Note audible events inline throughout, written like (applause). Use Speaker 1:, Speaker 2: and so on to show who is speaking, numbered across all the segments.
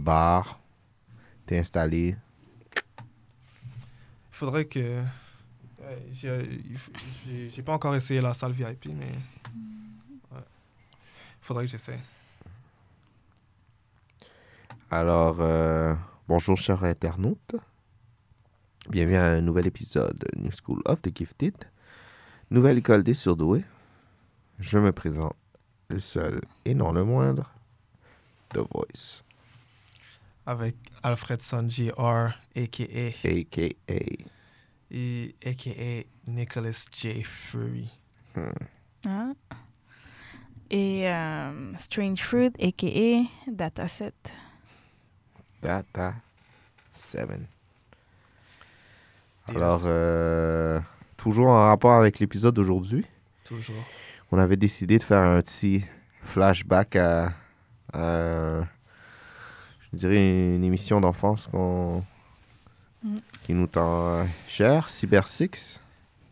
Speaker 1: bar, t'es installé.
Speaker 2: Faudrait que. ouais, j'ai- il f- J'ai j'ai pas encore essayé la salle VIP, mais. ouais. Faudrait que j'essaie.
Speaker 1: Alors, euh, bonjour chers internautes. Bienvenue à un nouvel épisode de New School of the Gifted. Nouvelle école des surdoués. Je me présente, le seul et non le moindre, The Voice,
Speaker 2: Avec Alfredson Jr., a.k.a.
Speaker 1: a.k.a.
Speaker 2: et a.k.a. Nicholas J. Fury.
Speaker 3: Hein? Et euh, Strange Fruit, a.k.a. Dataset.
Speaker 1: Data 7. Alors, euh, toujours en rapport avec l'épisode d'aujourd'hui,
Speaker 2: Toujours.
Speaker 1: on avait décidé de faire un petit flashback à, à, je dirais, une émission d'enfance qu'on qui nous tend euh, cher, Cyber Six,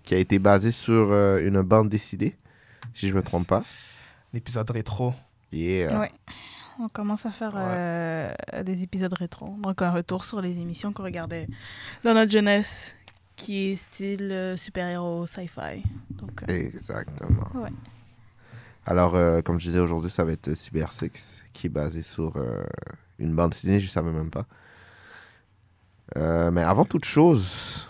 Speaker 1: qui a été basée sur euh, une bande dessinée, si je me trompe pas. euh,
Speaker 2: L'épisode rétro.
Speaker 1: Yeah.
Speaker 3: Ouais. On commence à faire
Speaker 2: Ouais.
Speaker 3: euh, des épisodes rétro. Donc, un retour sur les émissions qu'on regardait dans notre jeunesse, qui est style euh, super-héros sci-fi. Donc, euh,
Speaker 1: Exactement.
Speaker 3: Ouais.
Speaker 1: Alors, euh, comme je disais aujourd'hui, ça va être Cyber Six, qui est basé sur euh, une bande dessinée, je ne savais même pas. Euh, mais avant toute chose,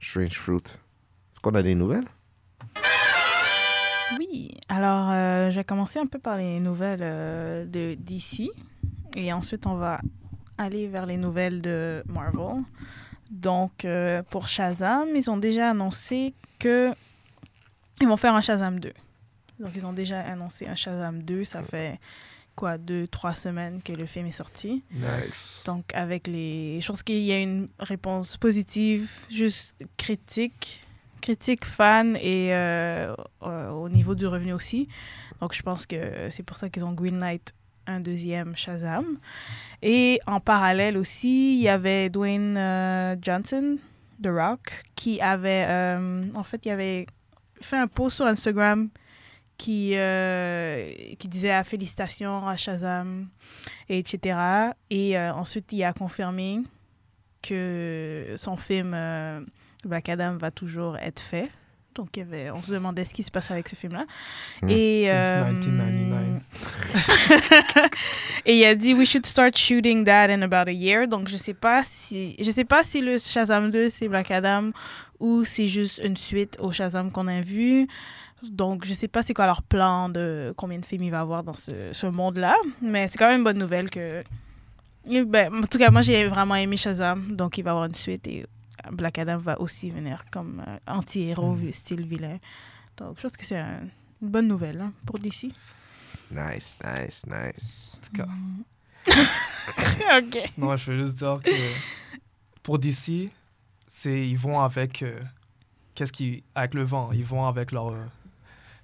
Speaker 1: Strange Fruit, est-ce qu'on a des nouvelles
Speaker 3: oui. Alors, euh, je vais commencer un peu par les nouvelles euh, de DC. Et ensuite, on va aller vers les nouvelles de Marvel. Donc, euh, pour Shazam, ils ont déjà annoncé que ils vont faire un Shazam 2. Donc, ils ont déjà annoncé un Shazam 2. Ça fait quoi, deux, trois semaines que le film est sorti.
Speaker 1: Nice.
Speaker 3: Donc, avec les. Je pense qu'il y a une réponse positive, juste critique, critique, fan et euh, euh, au niveau du revenu aussi. Donc, je pense que c'est pour ça qu'ils ont Green Knight, un deuxième Shazam. Et en parallèle aussi, il y avait Dwayne euh, Johnson, The Rock, qui avait. euh, en fait, il avait fait un post sur Instagram qui, euh, qui disait ah, félicitations à Shazam et etc. Et euh, ensuite, il a confirmé que son film euh, Black Adam va toujours être fait. Donc, il y avait- on se demandait ce qui se passe avec ce film-là.
Speaker 1: Mm.
Speaker 3: Et,
Speaker 2: Since
Speaker 3: euh,
Speaker 2: 1999.
Speaker 3: et il a dit, we should start shooting that in about a year. Donc, je sais pas si, je sais pas si le Shazam 2, c'est Black Adam ou c'est juste une suite au Shazam qu'on a vu. Donc, je sais pas c'est quoi leur plan de combien de films il va avoir dans ce, ce monde-là. Mais c'est quand même une bonne nouvelle que... Eh ben, en tout cas, moi, j'ai vraiment aimé Shazam. Donc, il va avoir une suite et Black Adam va aussi venir comme euh, anti-héros
Speaker 2: Mm.
Speaker 3: style vilain. Donc, je pense que c'est un- une bonne nouvelle hein, pour DC.
Speaker 1: Nice, nice, nice.
Speaker 2: En tout cas.
Speaker 3: OK.
Speaker 2: Non, je veux juste dire que
Speaker 3: (laughs)
Speaker 2: pour DC, c'est ils vont avec euh, qu'est-ce qui avec le vent, ils vont avec leur euh,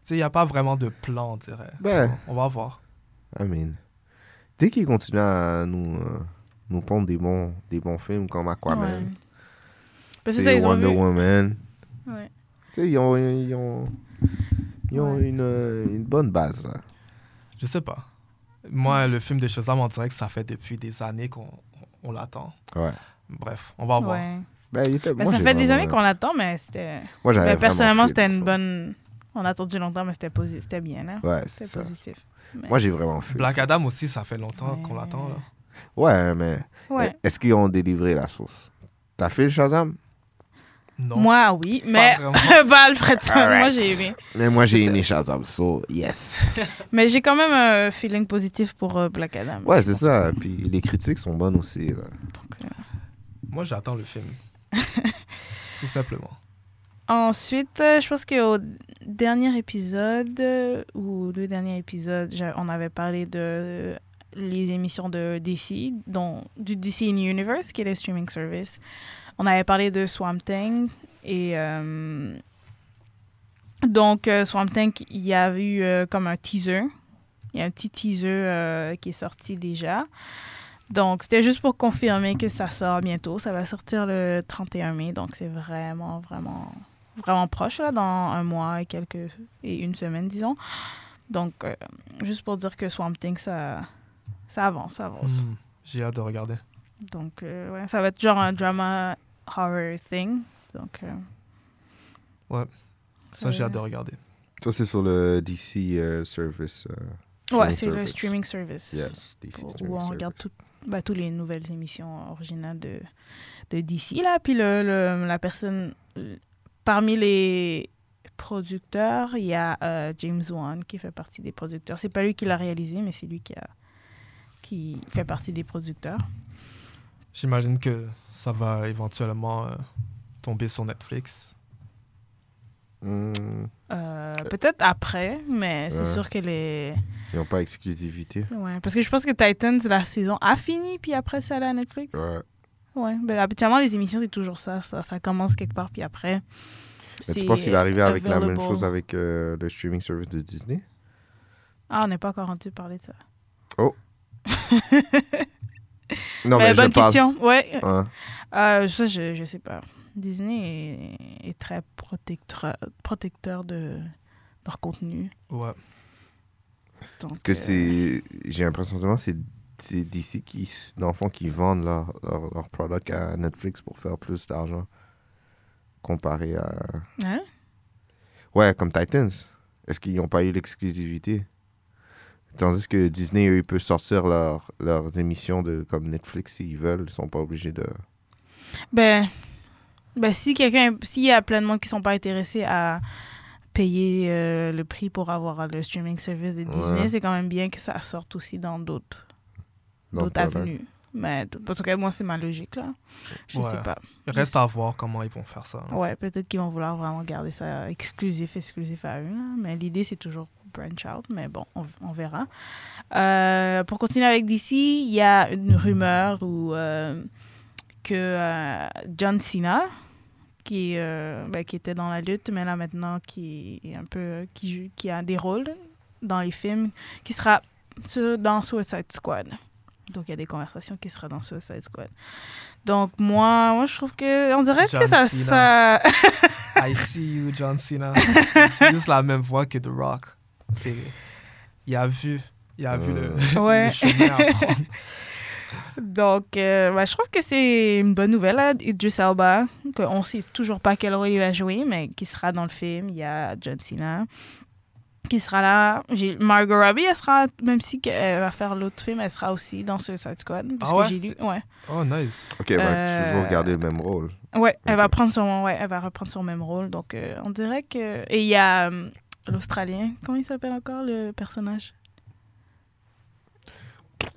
Speaker 2: tu sais, il n'y a pas vraiment de plan, on dirait.
Speaker 1: Ben.
Speaker 2: So, On va voir.
Speaker 1: I mean, dès qu'ils continuent à nous, euh, nous pondre des bons, des bons films comme
Speaker 3: Ouais.
Speaker 1: Aquaman,
Speaker 3: Parce que
Speaker 1: tu
Speaker 3: ça,
Speaker 1: sais,
Speaker 3: ils ont
Speaker 1: Wonder
Speaker 3: vu-
Speaker 1: Woman,
Speaker 3: Ouais.
Speaker 1: tu sais, ils ont, ils ont, ils ont
Speaker 3: Ouais.
Speaker 1: une, euh, une bonne base, là.
Speaker 2: Je sais pas. Moi, le film de Shazam, on dirait que ça fait depuis des années qu'on on, on l'attend.
Speaker 1: Ouais.
Speaker 2: Bref, on va voir.
Speaker 3: Ouais.
Speaker 1: Ben, il était-
Speaker 3: Ben,
Speaker 1: moi,
Speaker 3: ça
Speaker 1: j'ai
Speaker 3: fait des
Speaker 1: vraiment-
Speaker 3: années qu'on l'attend, mais c'était.
Speaker 1: Moi, j'avais
Speaker 3: Ben,
Speaker 1: vraiment
Speaker 3: personnellement,
Speaker 1: feel
Speaker 3: c'était
Speaker 1: ça.
Speaker 3: une bonne. On a attendu longtemps, mais c'était posi- c'était bien. Là.
Speaker 1: Ouais, c'est
Speaker 3: C'était
Speaker 1: ça.
Speaker 3: positif. Mais-
Speaker 1: Moi, j'ai vraiment fait.
Speaker 2: Black Adam aussi, ça fait longtemps qu'on
Speaker 3: Ouais.
Speaker 2: l'attend. là.
Speaker 1: Ouais, mais
Speaker 3: Ouais.
Speaker 1: est-ce qu'ils ont délivré la source T'as fait le Shazam
Speaker 2: Non.
Speaker 3: Moi, oui, mais.
Speaker 2: vraiment.
Speaker 3: (laughs) bah, Alfredson, moi,
Speaker 1: Alright.
Speaker 3: j'ai aimé.
Speaker 1: Mais moi, j'ai aimé Shazam, so
Speaker 3: (laughs)
Speaker 1: yes.
Speaker 3: Mais j'ai quand même un feeling positif pour euh, Black Adam.
Speaker 1: Ouais, c'est ça. Puis les critiques sont bonnes aussi. Là.
Speaker 3: Donc, euh,
Speaker 2: Moi,
Speaker 3: (laughs)
Speaker 2: j'attends le film. Tout simplement.
Speaker 3: Ensuite, euh, je pense que au- dernier épisode euh, ou deux derniers épisodes, j'a- on avait parlé de euh, les émissions de DC, dont du DC in Universe, qui est le streaming service. On avait parlé de Swamp Thing et euh, donc euh, Swamp Thing, il y a eu euh, comme un teaser. Il y a un petit teaser euh, qui est sorti déjà. Donc, c'était juste pour confirmer que ça sort bientôt. Ça va sortir le 31 mai, donc c'est vraiment, vraiment vraiment proche, là, dans un mois et quelques et une semaine, disons. Donc, euh, juste pour dire que Swamp Thing, ça, ça avance, ça avance.
Speaker 2: Hmm, J'ai hâte de regarder.
Speaker 3: Donc, euh, ouais, ça va être genre un drama horror thing. Donc, euh,
Speaker 2: Ouais. Ça, j'ai hâte de regarder.
Speaker 1: Ça, c'est sur le DC euh, Service. euh,
Speaker 3: Ouais,
Speaker 1: streaming
Speaker 3: c'est le
Speaker 1: service.
Speaker 3: streaming service
Speaker 1: Yes, DC
Speaker 3: pour-
Speaker 1: Streaming
Speaker 3: où on
Speaker 1: Service.
Speaker 3: regarde toutes bah, toutes les nouvelles émissions originales de, de DC. Là. Puis le, le- la personne, euh, parmi les producteurs, il y a euh, James Wan qui fait partie des producteurs. C'est pas lui qui l'a réalisé, mais c'est lui qui, a, qui fait partie des producteurs.
Speaker 2: J'imagine que ça va éventuellement euh, tomber sur Netflix.
Speaker 1: Hmm,
Speaker 3: Euh, Peut-être après, mais c'est
Speaker 1: Ouais.
Speaker 3: sûr que les...
Speaker 1: ils n'ont pas exclusivité.
Speaker 3: Ouais, parce que je pense que Titans, la saison a fini, puis après, c'est allé à Netflix.
Speaker 1: Ouais.
Speaker 3: Ouais, ben, habituellement, les émissions, c'est toujours ça, ça. ça commence quelque part, puis après.
Speaker 1: Mais tu
Speaker 3: c'est
Speaker 1: penses qu'il va arriver avec la même
Speaker 3: available.
Speaker 1: chose avec euh, le streaming service de Disney
Speaker 3: Ah, on n'est pas encore entendu parler de ça.
Speaker 1: Non,
Speaker 3: Euh,
Speaker 1: mais, je
Speaker 3: bonne
Speaker 1: parle.
Speaker 3: question. Ouais.
Speaker 1: Hein?
Speaker 3: Euh, ça, je, je sais pas. Disney est, est très protecteur, protecteur de leur contenu.
Speaker 2: Ouais.
Speaker 3: Donc,
Speaker 1: Que
Speaker 3: euh,
Speaker 1: c'est. J'ai l'impression que c'est c'est DC qui, s- dans le fond, qui vendent leur, leur, leur product à Netflix pour faire plus d'argent comparé à.
Speaker 3: hein?
Speaker 1: Ouais, comme Titans. Est-ce qu'ils n'ont pas eu l'exclusivité? Tandis que Disney, eux, ils peuvent sortir leurs- leurs émissions de, comme Netflix s'ils veulent. Ils sont pas obligés de.
Speaker 3: Ben, ben si quelqu'un, s'il y a plein de monde qui sont pas intéressés à payer euh, le prix pour avoir le streaming service de Disney,
Speaker 1: Ouais.
Speaker 3: c'est quand même bien que ça sorte aussi dans d'autres
Speaker 1: dans le
Speaker 3: d'autres
Speaker 1: product.
Speaker 3: avenues. Mais d- en tout cas, moi, c'est ma logique là. Je
Speaker 2: Ouais.
Speaker 3: sais pas.
Speaker 2: Reste à voir comment ils vont faire ça. hein. là.
Speaker 3: Ouais, peut-être qu'ils vont vouloir vraiment garder ça exclusif, exclusif à eux. là. Mais l'idée, c'est toujours branch out. Mais bon, on, on verra. Euh, pour continuer avec DC, il y a une rumeur où, euh, que euh, John Cena, qui, est, euh, ben, qui était dans la lutte, mais là maintenant qui, est un peu, euh, qui, joue- qui a des rôles dans les films, qui sera sur- dans Suicide Squad. Donc, il y a des conversations qui sera dans Suicide Squad. Donc, moi, moi je trouve que. On dirait que
Speaker 2: John
Speaker 3: ça.
Speaker 2: Cena.
Speaker 3: ça...
Speaker 2: I see you, John Cena.
Speaker 3: (laughs)
Speaker 2: C'est juste la même voix que The Rock. C'est- Il a vu, il a vu
Speaker 1: Euh.
Speaker 2: le,
Speaker 3: Ouais.
Speaker 2: le chemin à prendre.
Speaker 3: (laughs) Donc, euh, bah, je trouve que c'est une bonne nouvelle, là. Idris Elba, qu'on ne sait toujours pas quel rôle il va jouer, mais qui sera dans le film. Il y a John Cena qui sera là. J'ai Margot Robbie, elle sera, même si elle va faire l'autre film, elle sera aussi dans ce Side Squad. Parce
Speaker 2: Ah ouais,
Speaker 3: que j'ai lu.
Speaker 2: c'est-
Speaker 3: Ouais.
Speaker 2: Oh, nice.
Speaker 1: Ok, bah,
Speaker 3: Euh,
Speaker 1: toujours garder le même rôle.
Speaker 3: Ouais, elle va
Speaker 1: Ok.
Speaker 3: prendre son, ouais, elle va reprendre son même rôle. Donc, euh, on dirait que. Et il y a euh, l'Australien. Comment il s'appelle encore le personnage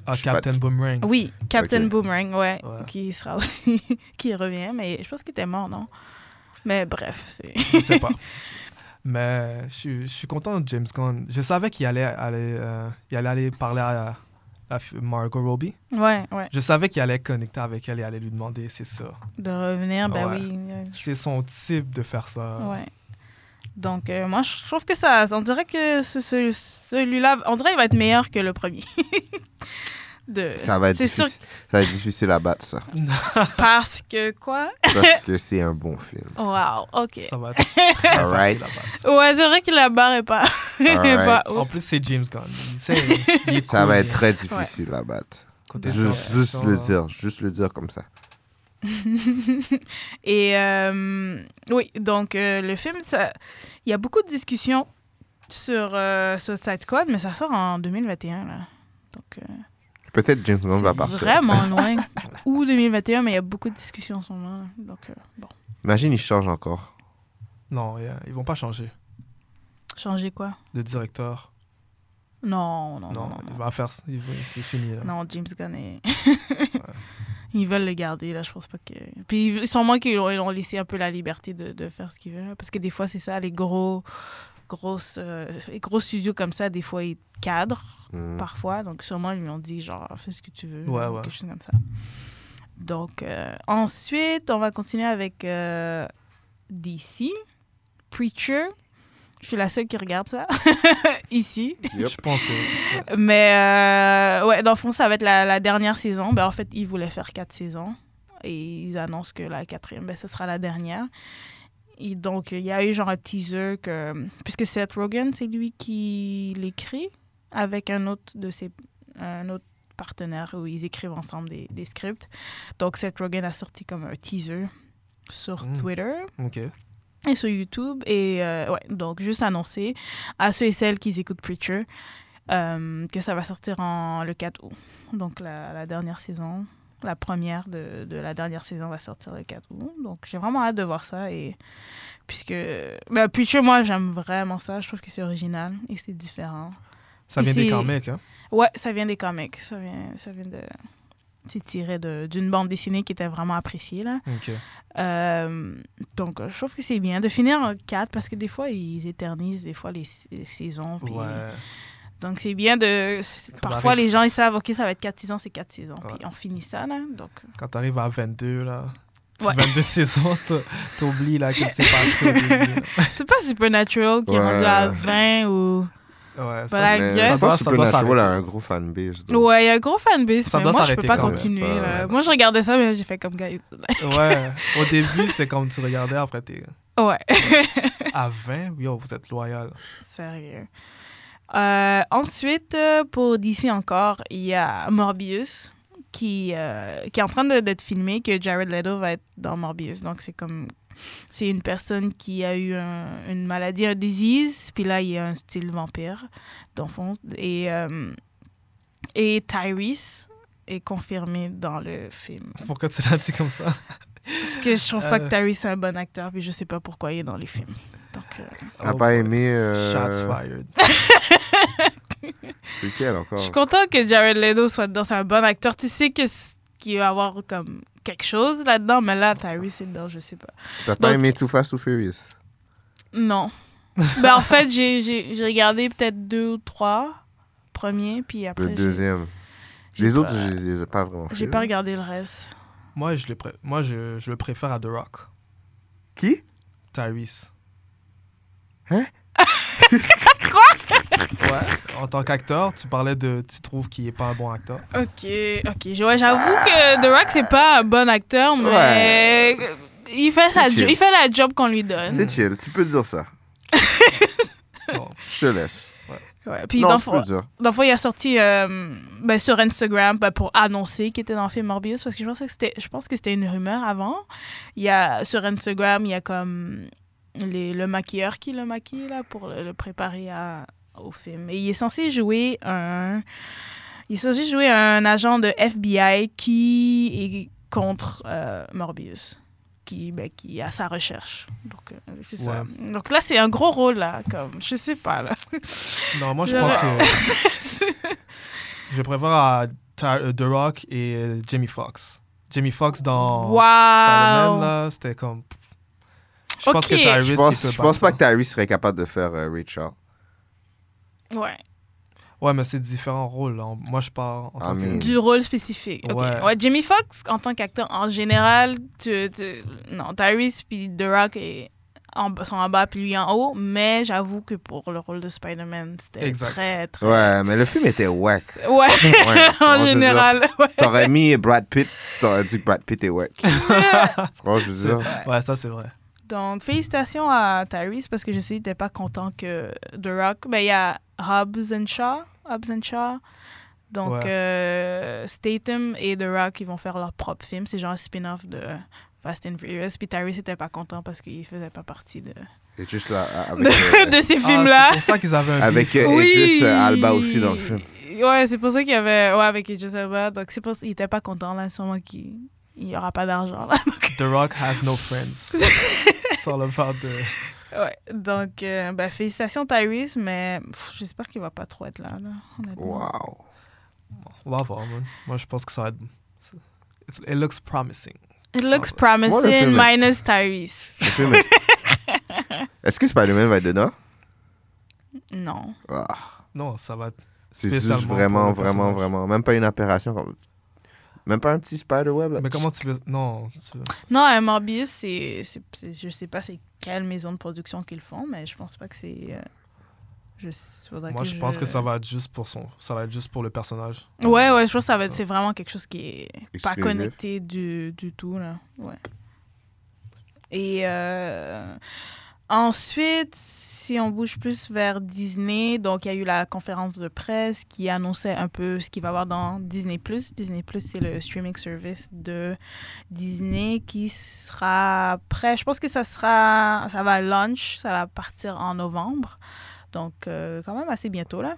Speaker 2: Ah,
Speaker 1: Je sais pas
Speaker 2: Captain Boomerang.
Speaker 3: Oui, Captain
Speaker 1: Ok.
Speaker 3: Boomerang, ouais,
Speaker 2: Ouais.
Speaker 3: qui sera (laughs) aussi, qui revient, mais je pense qu'il était mort, non Mais bref, c'est. (laughs)
Speaker 2: Je sais pas. Mais je, suis- je suis content de James Gunn. Je savais qu'il allait aller, euh, il allait aller parler à, à F- Margot Robbie.
Speaker 3: Ouais, ouais.
Speaker 2: Je savais qu'il allait connecter avec elle et allait lui demander, c'est ça.
Speaker 3: De revenir, ben
Speaker 2: Ouais.
Speaker 3: oui. euh, je-
Speaker 2: C'est son type de faire ça.
Speaker 3: Ouais. Donc, euh, moi, je trouve que ça. On dirait que ce- ce- celui-là. On dirait qu'il va être meilleur que le premier. (laughs) De...
Speaker 1: Ça va, être
Speaker 3: euh, C'est sûr
Speaker 1: difficile, ça va être difficile à battre,
Speaker 3: (laughs)
Speaker 1: ça.
Speaker 3: parce que quoi
Speaker 1: Parce que c'est un bon
Speaker 3: (laughs)
Speaker 1: film.
Speaker 3: Wow, ok.
Speaker 2: Ça va être très
Speaker 1: All right.
Speaker 2: facile à battre.
Speaker 3: Ouais, c'est vrai qu'il la barre est pas. est pas
Speaker 1: Alright.
Speaker 3: haute.
Speaker 2: En plus, c'est James Gunn. Il sait, il est
Speaker 1: Ça
Speaker 2: cool,
Speaker 1: va
Speaker 2: il-
Speaker 1: être très difficile à battre.
Speaker 2: côté
Speaker 1: Juste,
Speaker 2: science-fiction,
Speaker 1: juste le
Speaker 2: là.
Speaker 1: dire, juste le dire comme ça.
Speaker 3: (laughs) Et euh, oui, donc euh, le film, ça- il y a beaucoup de discussions sur euh, Suicide Squad, mais ça sort en 2021. Là. Donc, euh,
Speaker 1: Peut-être James Gunn va
Speaker 3: c'est
Speaker 1: partir.
Speaker 3: vraiment loin. Ou 2021, mais il y a beaucoup de discussions en ce moment. là. Donc, euh, bon,
Speaker 1: Imagine, il change encore.
Speaker 2: Non, euh, ils vont pas changer
Speaker 3: changer quoi
Speaker 2: de directeur.
Speaker 3: Non, Oh, non, non.
Speaker 2: Non,
Speaker 3: non, non.
Speaker 2: il va faire, il va- c'est fini. Là.
Speaker 3: Non, James
Speaker 2: (laughs)
Speaker 3: Gunn est... ils veulent le garder, là, je pense pas que... Puis ils- sûrement qu'ils ont, ils ont laissé un peu la liberté de, de faire ce qu'ils veulent, là, parce que des fois, c'est ça, les gros grosses, euh, les gros studios comme ça, des fois, ils cadrent
Speaker 1: Hmm.
Speaker 3: parfois. Donc, sûrement, ils lui ont dit, genre, fais ce que tu veux,
Speaker 2: Mm. Ouais,
Speaker 3: ou
Speaker 2: ouais.
Speaker 3: quelque chose comme ça. Donc, euh, ensuite, on va continuer avec euh, DC, Preacher. Je suis la seule qui regarde ça (laughs) ici.
Speaker 1: Yep.
Speaker 2: Je pense que. ouais.
Speaker 3: Mais euh, ouais, dans le fond, ça va être la, la dernière saison. Ben, en fait, ils voulaient faire quatre saisons. Et ils annoncent que la quatrième, ben, ce sera la dernière. Et donc, il y a eu genre un teaser que... Puisque Seth Rogen, c'est lui qui l'écrit avec un autre de ses... Un autre partenaire où ils écrivent ensemble des, des scripts. Donc, Seth Rogen a sorti comme un teaser sur
Speaker 2: Mm.
Speaker 3: Twitter
Speaker 2: Ok.
Speaker 3: et sur YouTube. Et euh, ouais, donc juste annoncer à ceux et celles qui écoutent Preacher euh, que ça va sortir en, le 4 août. Donc la, la dernière saison, la première de, de la dernière saison va sortir le 4 août. Donc j'ai vraiment hâte de voir ça. Et puisque bah, Preacher, moi j'aime vraiment ça. Je trouve que c'est original et c'est différent.
Speaker 2: Ça
Speaker 3: Puis
Speaker 2: vient des
Speaker 3: c'est-
Speaker 2: comics, hein.
Speaker 3: Ouais, ça vient des comics. Ça vient, ça vient de. C'est tiré de- d'une bande dessinée qui était vraiment appréciée. Là.
Speaker 2: Ok.
Speaker 3: Euh, donc, euh, je trouve que c'est bien de finir en 4 parce que des fois, ils éternisent des fois les, s- les saisons. puis-
Speaker 2: Ouais.
Speaker 3: Donc, c'est bien de. c'est-
Speaker 2: Ça
Speaker 3: Parfois,
Speaker 2: m'arrive.
Speaker 3: les gens, ils savent, OK, ça va être 4 saisons, c'est 4 saisons.
Speaker 2: Ouais.
Speaker 3: Puis on finit ça, là. Donc,
Speaker 2: Quand t'arrives à 22, là.
Speaker 3: Ouais.
Speaker 2: 22 saisons, t'o- t'oublies, là, qu'est-ce qui s'est passé au début.
Speaker 3: c'est pas Supernatural qui est
Speaker 1: Ouais.
Speaker 3: rendu à 20 ou.
Speaker 2: là. Ouais,
Speaker 3: Voilà.
Speaker 2: ça,
Speaker 3: I guess.
Speaker 1: Ça doit,
Speaker 2: Ça doit
Speaker 1: Supernatural
Speaker 2: s'arrêter.
Speaker 1: a un gros fanbase. donc.
Speaker 3: Ouais, il y a un gros fanbase,
Speaker 2: Ça
Speaker 3: mais
Speaker 2: doit
Speaker 3: moi, je peux
Speaker 2: s'arrêter
Speaker 3: pas
Speaker 2: quand même.
Speaker 3: continuer.
Speaker 1: Ouais,
Speaker 3: là.
Speaker 2: ouais.
Speaker 3: Moi, je regardais ça, mais j'ai fait comme guys. (laughs)
Speaker 2: c'est-
Speaker 1: hein.
Speaker 2: ouais. Au début, c'est comme tu regardais, après, t'es.
Speaker 3: Ouais.
Speaker 2: À 20, yo, vous êtes loyal.
Speaker 3: Sérieux. Euh, ensuite, euh, pour d'ici encore, il y a Morbius qui, euh, qui est en train de- d'être filmé, que Jared Leto va être dans Morbius. Donc, c'est comme. C'est une personne qui a eu un- une maladie, un disease, puis là, il y a un style vampire, d'enfant. Et, euh, et Tyrese est confirmé dans le film.
Speaker 2: Pourquoi tu l'as dit comme ça?
Speaker 3: Parce que je trouve pas que
Speaker 2: Euh.
Speaker 3: Tyrese est un bon acteur, puis je sais pas pourquoi il est dans les films. Donc, euh,
Speaker 1: T'as
Speaker 2: Oh,
Speaker 1: pas aimé. euh,
Speaker 2: Shots fired.
Speaker 1: C'est lequel encore
Speaker 3: Je suis content que Jared Leto soit dedans. C'est un bon acteur. Tu sais que c- qu'il va avoir comme quelque chose là-dedans, mais là, Tyrese est dedans, je sais pas.
Speaker 1: T'as pas
Speaker 3: Donc-
Speaker 1: aimé Too Fast, Too Furious (laughs)
Speaker 3: Non. ben, en fait, j'ai- j'ai j'ai regardé peut-être deux ou trois premiers, puis après.
Speaker 1: Le
Speaker 3: j'ai-
Speaker 1: deuxième.
Speaker 3: j'ai
Speaker 1: Les
Speaker 3: pas-
Speaker 1: autres, je les ai pas vraiment
Speaker 3: J'ai
Speaker 1: fait.
Speaker 3: pas regardé le reste.
Speaker 2: Moi, je le, pré- Moi je, je le préfère à The Rock,
Speaker 1: Qui
Speaker 2: Tyrese. (laughs)
Speaker 1: Hein?
Speaker 2: Ouais, en tant qu'acteur, tu parlais de. Tu trouves qu'il est pas un bon acteur.
Speaker 3: Ok, ok. Je- ouais, J'avoue que The Rock, c'est pas un bon acteur, mais.
Speaker 1: Ouais.
Speaker 3: Il fait, sa
Speaker 1: C'est
Speaker 3: jo-
Speaker 1: chill.
Speaker 3: il fait la job qu'on lui donne.
Speaker 1: C'est chill, tu peux dire
Speaker 3: (laughs)
Speaker 1: ça.
Speaker 2: Bon.
Speaker 1: Je te laisse.
Speaker 3: Ouais, Puis dans
Speaker 1: non,
Speaker 3: le
Speaker 1: tu
Speaker 3: fond-
Speaker 1: peux le dire.
Speaker 3: Dans le fond, il a sorti euh, ben, sur Instagram ben, pour annoncer qu'il était dans le film Morbius parce que je pensais que c'était, je pense que c'était une rumeur avant. Il y a sur Instagram, il y a comme les- le maquilleur qui le maquille là pour le, le préparer à- au film. Et il est censé jouer un, il est censé jouer un agent de FBI qui est contre euh, Morbius, qui ben, qui est à sa recherche. Donc euh, c'est ça. Donc là, c'est un gros rôle là, comme je sais pas là. (laughs)
Speaker 2: Non, moi, je
Speaker 3: Je-
Speaker 2: pense que. je préfère à Ty- euh, The Rock et euh, Jamie Foxx. Jamie Foxx dans Oh, Spider-Man,
Speaker 3: Waouh.
Speaker 2: là, c'était comme. Je pense
Speaker 3: Ok.
Speaker 2: que Tyrese.
Speaker 1: Je
Speaker 2: il
Speaker 1: pense,
Speaker 2: peut
Speaker 1: je pense
Speaker 2: battre
Speaker 1: pas que Tyrese serait capable de faire euh, Rachel.
Speaker 3: Ouais.
Speaker 2: ça. Ouais, mais c'est différents rôles. là. Moi, je parle en
Speaker 1: Ah,
Speaker 2: tant que.
Speaker 1: mais-
Speaker 3: Du rôle spécifique. ok.
Speaker 2: Ouais.
Speaker 3: Ouais. Jimmy Fox, en tant qu'acteur en général, tu, tu- non, Tyrese puis The Rock est en, sont en bas puis lui en haut, mais j'avoue que pour le rôle de Spider-Man, c'était
Speaker 2: Exact.
Speaker 3: très, très.
Speaker 1: Ouais, mais le film était
Speaker 3: (laughs)
Speaker 1: whack.
Speaker 3: Ouais,
Speaker 1: Ouais, tu vois, je
Speaker 3: en
Speaker 1: veux
Speaker 3: général. (laughs) ouais.
Speaker 1: dire, T'aurais mis Brad Pitt, t'aurais dit que Brad Pitt est
Speaker 3: (laughs)
Speaker 1: whack. tu vois, je veux dire.
Speaker 2: Ouais, ça, c'est vrai.
Speaker 3: Donc, félicitations à Tyrese parce que je sais qu'il n'était pas content que The Rock. Ben, il y a Hobbs and Shaw. Hobbs and Shaw. Donc,
Speaker 2: Ouais.
Speaker 3: euh, Statham et The Rock, ils vont faire leur propre film. C'est genre un spin-off de Fast and Furious. Puis Tyrese n'était pas content parce qu'il faisait pas partie de,
Speaker 1: Et juste là, euh, avec, euh,
Speaker 3: de, (laughs) de ces
Speaker 2: Ah,
Speaker 3: films-là.
Speaker 2: c'est pour ça qu'ils avaient un beef.
Speaker 1: avec euh, Idris euh, Alba aussi dans le film.
Speaker 3: Ouais, c'est pour ça qu'il y avait. Ouais, avec Idris Elba. Donc, c'est pour ça qu'il n'était pas content, là, sûrement qu'il n'y aura pas d'argent, là.
Speaker 2: The Rock has no friends. (laughs) It's all about the...
Speaker 3: Ouais. Donc, euh, ben, félicitations, Tyrese, mais pff, j'espère qu'il va pas trop être là, là honnêtement.
Speaker 1: Wow.
Speaker 2: On va voir, man. Moi, je pense que ça va être... it's- It looks promising.
Speaker 3: It looks
Speaker 2: Moi,
Speaker 1: le
Speaker 3: promising,
Speaker 1: film est- (laughs)
Speaker 3: minus Tyrese.
Speaker 1: Le film est- Est-ce que Spider-Man va être dedans
Speaker 3: Non.
Speaker 1: Ah,
Speaker 2: Non, ça va.
Speaker 1: c'est juste
Speaker 2: spécialement pour
Speaker 1: vraiment,
Speaker 2: le
Speaker 1: vraiment,
Speaker 2: personnage.
Speaker 1: vraiment. Même pas une opération. comme- Même pas un petit spiderweb. là.
Speaker 2: Mais comment tu veux. Non. tu-
Speaker 3: Non, un Morbius, c'est, c'est, c'est- je sais pas c'est quelle maison de production qu'ils font, mais je pense pas que c'est. euh, je, faudrait
Speaker 2: Moi, je pense que ça va être juste pour son. Ça va être juste pour le personnage.
Speaker 3: Ouais, ouais, je pense que ça va être. C'est vraiment quelque chose qui est pas
Speaker 1: Exclusif.
Speaker 3: connecté du, du tout, là. Ouais. Et euh, ensuite, si on bouge plus vers Disney, donc il y a eu la conférence de presse qui annonçait un peu ce qu'il va y avoir dans Disney+. Disney+, c'est le streaming service de Disney qui sera prêt. Je pense que ça sera... Ça va launch, ça va partir en novembre. Donc, euh, quand même assez bientôt, là.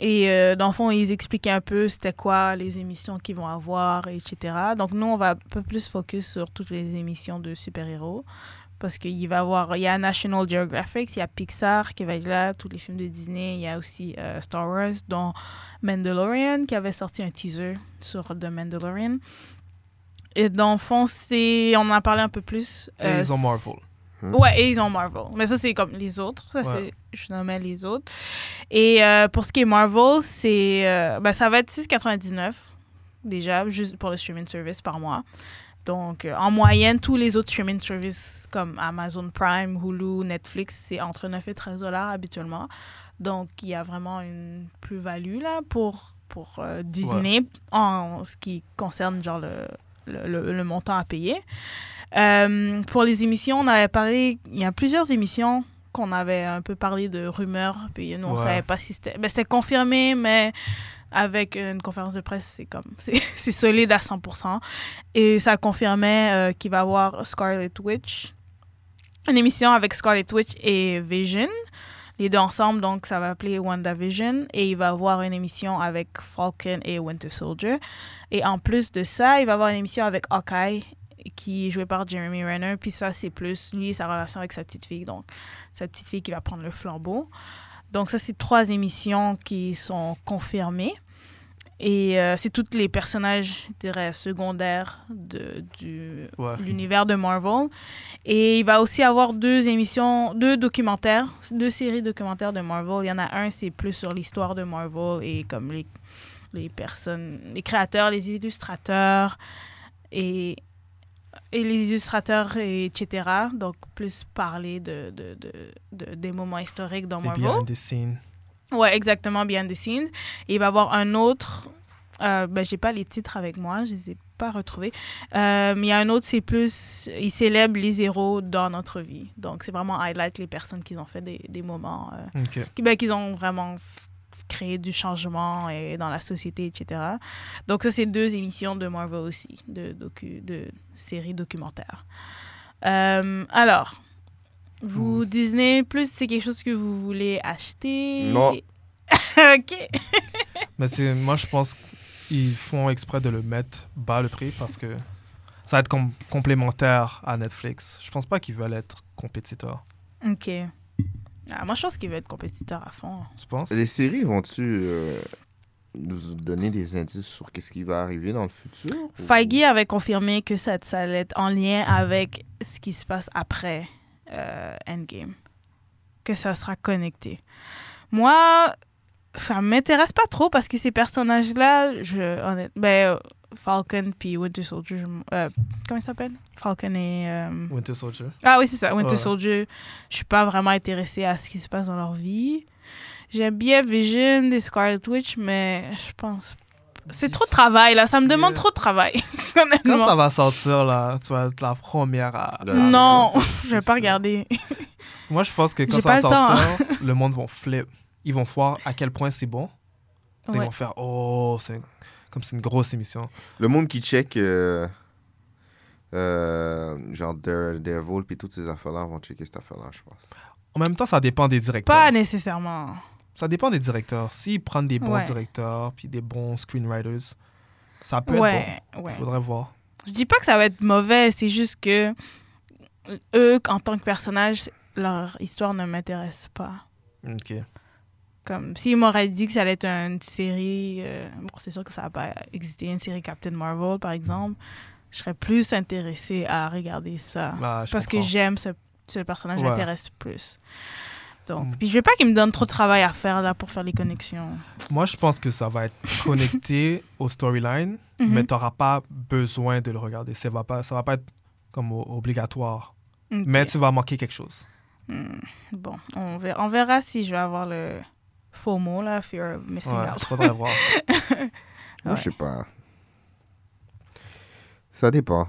Speaker 3: Et euh, dans le fond, ils expliquaient un peu c'était quoi les émissions qu'ils vont avoir, etc. Donc nous, on va un peu plus focus sur toutes les émissions de super-héros. Parce qu'il va y avoir, il y a National Geographic, il y a Pixar qui va être là, tous les films de Disney, il y a aussi euh, Star Wars, dont Mandalorian, qui avait sorti un teaser sur The Mandalorian. Et dans le fond, c'est, on en a parlé un peu plus.
Speaker 2: Et
Speaker 3: euh,
Speaker 2: ils ont Marvel.
Speaker 3: Ouais, et ils ont Marvel. Mais ça, c'est comme les autres. Ça,
Speaker 2: Ouais.
Speaker 3: c'est, je nommais les autres. Et euh, pour ce qui est Marvel, c'est, euh, ben, ça va être 6,99 déjà, juste pour le streaming service par mois. Donc, euh, en moyenne, tous les autres streaming services comme Amazon Prime, Hulu, Netflix, c'est entre 9 et 13 dollars habituellement. Donc, il y a vraiment une plus-value là pour, pour euh, Disney en ce qui concerne genre le, le, le- le montant à payer. Euh, pour les émissions, on avait parlé, il y a plusieurs émissions qu'on avait un peu parlé de rumeurs, puis nous, on
Speaker 2: Ouais.
Speaker 3: savait pas si c'était... Ben, c'était confirmé, mais avec une conférence de presse, c'est comme... (laughs) C'est c'est solide à 100%. Et ça confirmait euh, qu'il va y avoir Scarlet Witch, une émission avec Scarlet Witch et Vision. Les deux ensemble, donc ça va appeler WandaVision. Et il va y avoir une émission avec Falcon et Winter Soldier. Et en plus de ça, il va y avoir une émission avec Hawkeye qui est joué par Jeremy Renner. Puis ça, c'est plus lui et sa relation avec sa petite fille. Donc, sa petite fille qui va prendre le flambeau. Donc, ça, c'est trois émissions qui sont confirmées. Et euh, c'est tous les personnages, je dirais, secondaires de, du,
Speaker 2: Ouais.
Speaker 3: l'univers de Marvel. Et il va aussi avoir deux émissions, deux documentaires, deux séries documentaires de Marvel. Il y en a un, c'est plus sur l'histoire de Marvel et comme les, les personnes, les créateurs, les illustrateurs et, et les illustrateurs, et etc. Donc, plus parler de, de, de, de- des moments historiques dans
Speaker 2: Les
Speaker 3: Marvel.
Speaker 2: behind the scenes.
Speaker 3: Ouais, exactement, behind the scenes. Et il va y avoir un autre. Euh, ben, j'ai pas les titres avec moi, je les ai pas retrouvés. Euh, mais il y a un autre, c'est plus. Il célèbre les héros dans notre vie. Donc, c'est vraiment highlight les personnes qui ont fait des, des moments. euh,
Speaker 2: Ok.
Speaker 3: qui, ben, qu'ils ont vraiment f- créé du changement et dans la société, etc. Donc ça, c'est deux émissions de Marvel aussi, de, docu, de séries documentaires. Euh, alors, vous, Disney+, plus c'est quelque chose que vous voulez acheter
Speaker 1: Non.
Speaker 3: (laughs) ok.
Speaker 2: Mais c'est, moi, je pense qu'ils font exprès de le mettre bas le prix parce que ça va être com- complémentaire à Netflix. Je pense pas qu'ils veulent être compétiteurs.
Speaker 3: Ok. Ah, moi, je pense qu'il va être compétiteur à fond.
Speaker 2: Tu penses
Speaker 1: Les séries vont-tu euh, nous donner des indices sur qu'est-ce qui va arriver dans le futur? ou-
Speaker 3: Mhm. Feige avait confirmé que ça, ça allait être en lien avec ce qui se passe après euh, Endgame. Que ça sera connecté. Moi, ça m'intéresse pas trop parce que ces personnages-là, je, honnête, ben, euh, Falcon puis Winter Soldier, je m- euh, comment il s'appelle Falcon et. euh,
Speaker 2: Winter Soldier.
Speaker 3: ah oui, c'est ça, Winter
Speaker 2: Ouais.
Speaker 3: Soldier. Je suis pas vraiment intéressée à ce qui se passe dans leur vie. J'aime bien Vision des Scarlet Witch, mais je pense. C'est trop de travail, là. Ça me demande
Speaker 2: Yeah.
Speaker 3: trop de travail. (laughs)
Speaker 2: Quand
Speaker 3: honnêtement.
Speaker 2: ça va sortir, là, tu vas être la première à.
Speaker 1: Là,
Speaker 3: Non,
Speaker 2: c'est
Speaker 3: je vais
Speaker 2: sûr.
Speaker 3: pas regarder.
Speaker 2: Moi, je pense que quand
Speaker 3: J'ai
Speaker 2: ça va
Speaker 3: pas le hein.
Speaker 2: sortir, le monde va flip. Ils vont voir à quel point c'est bon. Ils
Speaker 3: (laughs) Ouais.
Speaker 2: vont faire Oh, c'est comme c'est une grosse émission.
Speaker 1: Le monde qui check, euh, euh, genre Daredevil, puis toutes ces affaires-là vont checker cette affaire-là, je pense.
Speaker 2: En même temps, ça dépend des directeurs.
Speaker 3: Pas nécessairement.
Speaker 2: Ça dépend des directeurs. S'ils prennent des bons
Speaker 3: Ouais.
Speaker 2: directeurs puis des bons screenwriters, ça peut être bon.
Speaker 3: Ouais,
Speaker 2: Il
Speaker 3: ouais.
Speaker 2: faudrait voir.
Speaker 3: Je dis pas que ça va être mauvais, c'est juste que euh, eux, en tant que personnages, leur histoire ne m'intéresse pas.
Speaker 2: Ok.
Speaker 3: Comme s'ils m'auraient dit que ça allait être une série, euh, bon, c'est sûr que ça va pas exister, une série Captain Marvel par exemple, je serais plus intéressée à regarder ça.
Speaker 2: Ah, je
Speaker 3: parce que
Speaker 2: comprends.
Speaker 3: j'aime ce, ce personnage,
Speaker 2: Ouais.
Speaker 3: m'intéresse plus. Donc,
Speaker 2: Mm.
Speaker 3: puis je veux pas qu'ils me donnent trop de travail à faire là pour faire les connexions.
Speaker 2: Moi, je pense que ça va être
Speaker 3: (laughs)
Speaker 2: connecté au storyline,
Speaker 3: Mhm.
Speaker 2: mais tu n'auras pas besoin de le regarder. Ça va pas, ça va pas être comme o- obligatoire.
Speaker 3: Ok.
Speaker 2: Mais tu vas manquer quelque chose.
Speaker 3: Hmm, Bon, on verra, on verra si je vais avoir le faux mot là, fear of missing
Speaker 2: Ouais,
Speaker 3: out.
Speaker 2: faudrait voir.
Speaker 3: Ouais.
Speaker 1: Moi, je sais pas. Ça dépend.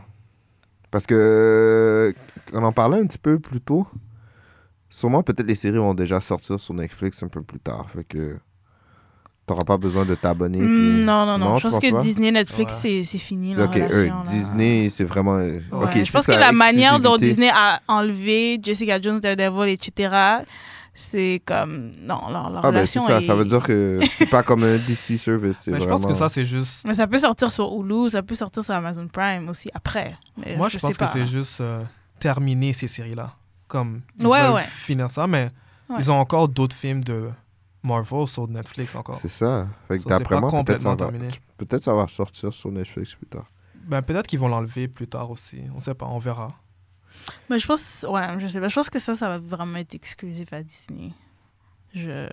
Speaker 1: Parce que, euh, on en parlait un petit peu plus tôt. Sûrement, peut-être les séries vont déjà sortir sur Netflix un peu plus tard. Fait que t'auras pas besoin de t'abonner.
Speaker 3: Hmm,
Speaker 1: puis-
Speaker 3: non, non, non,
Speaker 1: Non,
Speaker 3: Je
Speaker 1: tu
Speaker 3: pense
Speaker 1: penses
Speaker 3: que
Speaker 1: pas?
Speaker 3: Disney, Netflix,
Speaker 2: Ouais.
Speaker 3: c'est- c'est fini. leur
Speaker 1: Ok, eux,
Speaker 3: relation, là.
Speaker 1: Disney, c'est vraiment. euh,
Speaker 3: Ouais,
Speaker 1: Ok,
Speaker 3: je
Speaker 1: si
Speaker 3: pense que
Speaker 1: ça a
Speaker 3: la manière dont
Speaker 1: exclusivité-
Speaker 3: Disney a enlevé Jessica Jones, Daredevil, etc., c'est comme. Non, leur, leur
Speaker 1: Ah, ben c'est
Speaker 3: relation.
Speaker 1: ça. Ça
Speaker 3: est-
Speaker 1: veut dire que c'est pas comme un DC service. (laughs) c'est
Speaker 2: mais je
Speaker 1: vraiment...
Speaker 2: pense que ça, c'est juste.
Speaker 3: Mais ça peut sortir sur Hulu, ça peut sortir sur Amazon Prime aussi après. Mais
Speaker 2: Moi, je, pense
Speaker 3: Euh, sais pas. hein.
Speaker 2: que c'est juste euh, terminer ces séries-là. Comme, ils
Speaker 3: Ouais,
Speaker 2: veulent
Speaker 3: ouais.
Speaker 2: finir ça, mais
Speaker 3: Ouais.
Speaker 2: ils ont encore d'autres films de Marvel sur Netflix encore.
Speaker 1: C'est ça. Fait que
Speaker 2: Ça, C'est
Speaker 1: d'après
Speaker 2: pas
Speaker 1: moi, peut-être ça,
Speaker 2: complètement
Speaker 1: va...
Speaker 2: terminé.
Speaker 1: peut-être ça va sortir sur Netflix plus tard.
Speaker 2: Ben, peut-être qu'ils vont l'enlever plus tard aussi. On sait pas, on verra.
Speaker 3: Mais je pense, ouais, je sais pas. Je pense que ça, ça va vraiment être exclusif à Disney. Je,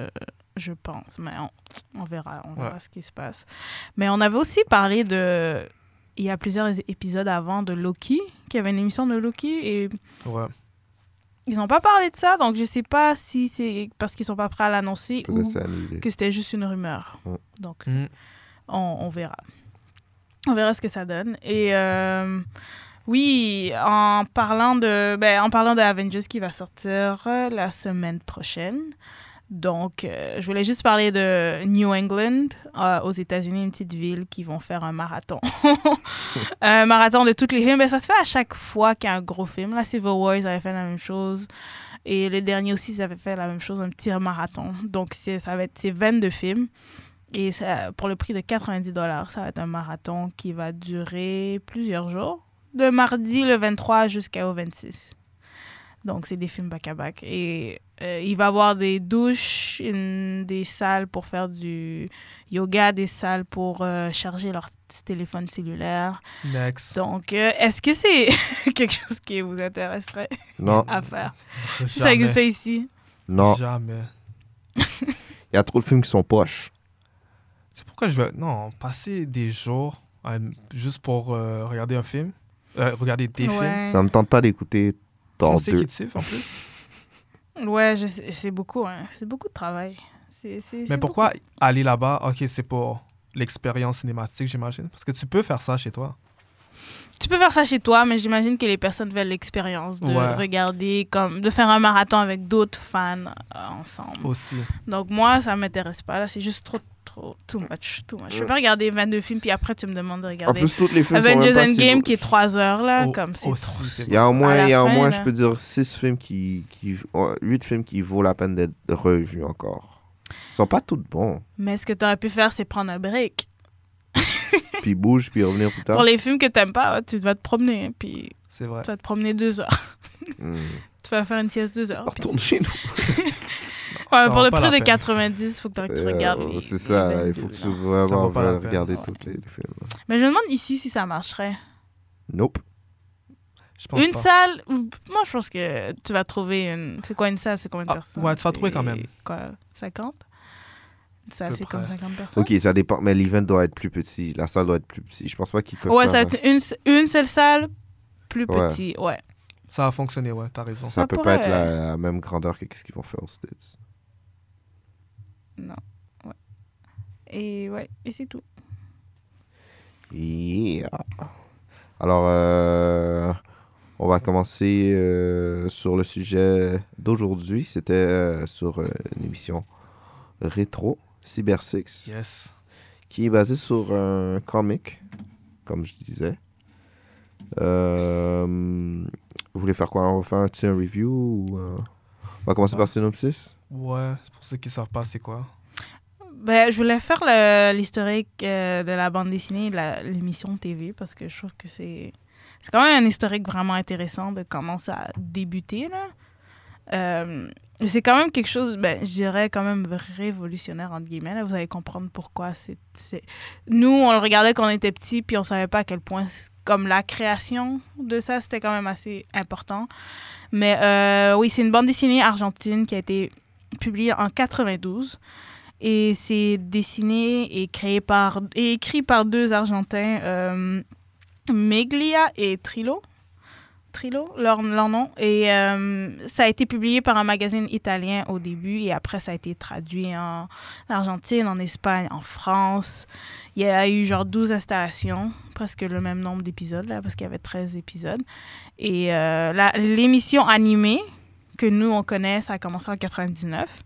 Speaker 3: je pense. Mais on, on verra, on verra
Speaker 2: Ouais.
Speaker 3: ce qui se passe. Mais on avait aussi parlé de. Il y a plusieurs épisodes avant de Loki, qui avait une émission de Loki, et
Speaker 2: Ouais.
Speaker 3: ils n'ont pas parlé de ça, donc je sais pas si c'est parce qu'ils sont pas prêts à l'annoncer ou
Speaker 1: Peut-être c'est annulé.
Speaker 3: que c'était juste une rumeur.
Speaker 1: Mm.
Speaker 3: Donc,
Speaker 2: Mm.
Speaker 3: on, on verra. On verra ce que ça donne. Et euh, oui, en parlant de, ben, en parlant de Avengers qui va sortir euh, la semaine prochaine. Donc, euh, je voulais juste parler de New England, euh, aux États-Unis, une petite ville qui vont faire un marathon. (laughs) un marathon de tous les films. Ben, ça se fait à chaque fois qu'il y a un gros film. La Civil War, ils avaient fait la même chose. Et le dernier aussi, ils avaient fait la même chose, un petit marathon. Donc, c'est- ça va être ces 22 films. Et ça, pour le prix de 90 dollars, ça va être un marathon qui va durer plusieurs jours, de mardi le 23 jusqu'au 26. Donc, c'est des films back-à-back. Et euh, il va y avoir des douches, une- des salles pour faire du yoga, des salles pour euh, charger leur t- téléphone cellulaire.
Speaker 2: Next.
Speaker 3: Donc, euh, est-ce que c'est (laughs) quelque chose qui vous intéresserait
Speaker 1: Non,
Speaker 3: à faire si ça
Speaker 2: Jamais.
Speaker 3: existait ici?
Speaker 1: non.
Speaker 2: Jamais.
Speaker 1: Il y a trop de films qui sont poches.
Speaker 2: C'est pourquoi je veux. Non, passer des jours à- juste pour euh, regarder un film, euh, regarder des films.
Speaker 3: Ouais.
Speaker 1: Ça me tente pas d'écouter Thor
Speaker 2: On sait
Speaker 1: 2.
Speaker 2: qu'ils te suivent en plus.
Speaker 3: Ouais, je sais- c'est beaucoup, hein. c'est beaucoup de travail. C'est- c'est- c'est
Speaker 2: Mais pourquoi aller là-bas Ok, c'est pour l'expérience cinématique, j'imagine. Parce que tu peux faire ça chez toi.
Speaker 3: beaucoup. Tu peux faire ça chez toi, mais j'imagine que les personnes veulent l'expérience de
Speaker 2: Ouais.
Speaker 3: regarder, comme de faire un marathon avec d'autres fans euh, ensemble.
Speaker 2: Aussi.
Speaker 3: Donc moi, ça m'intéresse pas. Là, c'est juste trop, trop, too much, too much. Je peux pas regarder 22 films, puis après, tu me demandes de
Speaker 1: En
Speaker 3: regarder Ah
Speaker 1: plus, toutes les films sont même
Speaker 3: Avengers
Speaker 1: pas si
Speaker 3: Endgame,
Speaker 1: beaux.
Speaker 3: qui est 3 heures, là,
Speaker 2: Au-
Speaker 3: Ah, comme c'est
Speaker 2: aussi,
Speaker 3: trop.
Speaker 2: c'est
Speaker 1: Il y a au
Speaker 3: À
Speaker 1: moins,
Speaker 3: la
Speaker 1: il y a au
Speaker 3: fin,
Speaker 1: moins
Speaker 3: là.
Speaker 1: je peux dire, 6 films qui. 8 films qui vaut la peine d'être revus encore. Ils sont pas tous bons.
Speaker 3: Mais ce que tu aurais pu faire, c'est prendre un break.
Speaker 1: Puis ils bougent, puis ils revenir plus tard.
Speaker 3: Pour les films que t'aimes pas, ouais, tu vas te promener, puis
Speaker 2: C'est vrai.
Speaker 3: tu vas te promener 2 heures. (laughs)
Speaker 1: Hmm.
Speaker 3: Tu vas faire une sieste 2 heures. puis
Speaker 1: Retourne chez nous.
Speaker 3: Ouais,
Speaker 2: Ça
Speaker 3: pour
Speaker 2: vaut
Speaker 3: le
Speaker 2: pas
Speaker 3: prix
Speaker 2: la
Speaker 3: de
Speaker 2: peine.
Speaker 3: 90, il faut que (laughs) tu
Speaker 1: Euh,
Speaker 3: regardes. les-
Speaker 1: c'est ça,
Speaker 3: les
Speaker 1: là, il
Speaker 3: 22,
Speaker 1: faut que tu
Speaker 3: là.
Speaker 2: Ça
Speaker 1: vraiment
Speaker 2: vaut pas la
Speaker 1: veuilles
Speaker 2: peine.
Speaker 1: regarder
Speaker 3: Ouais.
Speaker 1: tous les, les films.
Speaker 3: Mais je me demande ici si ça marcherait.
Speaker 1: Nope.
Speaker 2: Je pense
Speaker 3: une
Speaker 2: pas.
Speaker 3: salle, moi je pense que tu vas trouver une. C'est quoi une salle C'est combien de
Speaker 2: Ah,
Speaker 3: personnes
Speaker 2: ouais, tu vas
Speaker 3: C'est
Speaker 2: trouver quand même.
Speaker 3: Quoi 50 Une salle,
Speaker 2: Peu
Speaker 3: c'est comme
Speaker 2: près.
Speaker 3: 50 personnes.
Speaker 1: Ok, ça dépend, mais l'event doit être plus petit. La salle doit être plus petite. Je pense pas qu'ils peuvent
Speaker 3: Ouais, ça
Speaker 1: faire-
Speaker 3: va être une, une seule salle, plus
Speaker 1: Ouais.
Speaker 3: petit. Ouais.
Speaker 2: Ça a fonctionné, ouais, t'as raison.
Speaker 1: Ça
Speaker 3: Ça
Speaker 1: peut pas
Speaker 3: pourrait.
Speaker 1: être la, la même grandeur que qu'est-ce qu'ils vont faire aux States.
Speaker 3: Non. Ouais. Et ouais, et c'est tout.
Speaker 1: Yeah. Alors, euh, on va commencer euh, sur le sujet d'aujourd'hui. C'était euh, sur euh, une émission rétro, Cyber Six,
Speaker 2: Yes.
Speaker 1: qui est basée sur un comic, comme je disais. Euh, vous voulez faire quoi On va faire un petit review ou, euh, On va commencer par synopsis
Speaker 2: Ouais, pour ceux qui savent pas, c'est quoi
Speaker 3: Ben, je voulais faire le- l'historique euh, de la bande dessinée et de la- l'émission TV parce que je trouve que c'est c'est quand même un historique vraiment intéressant de comment ça a débuté. Là. Euh, et c'est quand même quelque chose, ben, je dirais, quand même révolutionnaire, entre guillemets. là. Vous allez comprendre pourquoi. c'est c'est- Nous, on le regardait quand on était petit, puis on savait pas à quel point, c'est- comme la création de ça, c'était quand même assez important. Mais euh, oui, c'est une bande dessinée argentine qui a été publié en 92. Et c'est dessiné et, créé par, et écrit par deux Argentins, euh, Meglia et Trilo. Trilo, leur, leur nom. Et euh, ça a été publié par un magazine italien au début et après ça a été traduit en Argentine, en Espagne, en France. Il y a eu genre 12 installations, presque le même nombre d'épisodes là, parce qu'il y avait 13 épisodes. Et euh, la- l'émission animée que nous on connaît, ça a commencé en 99.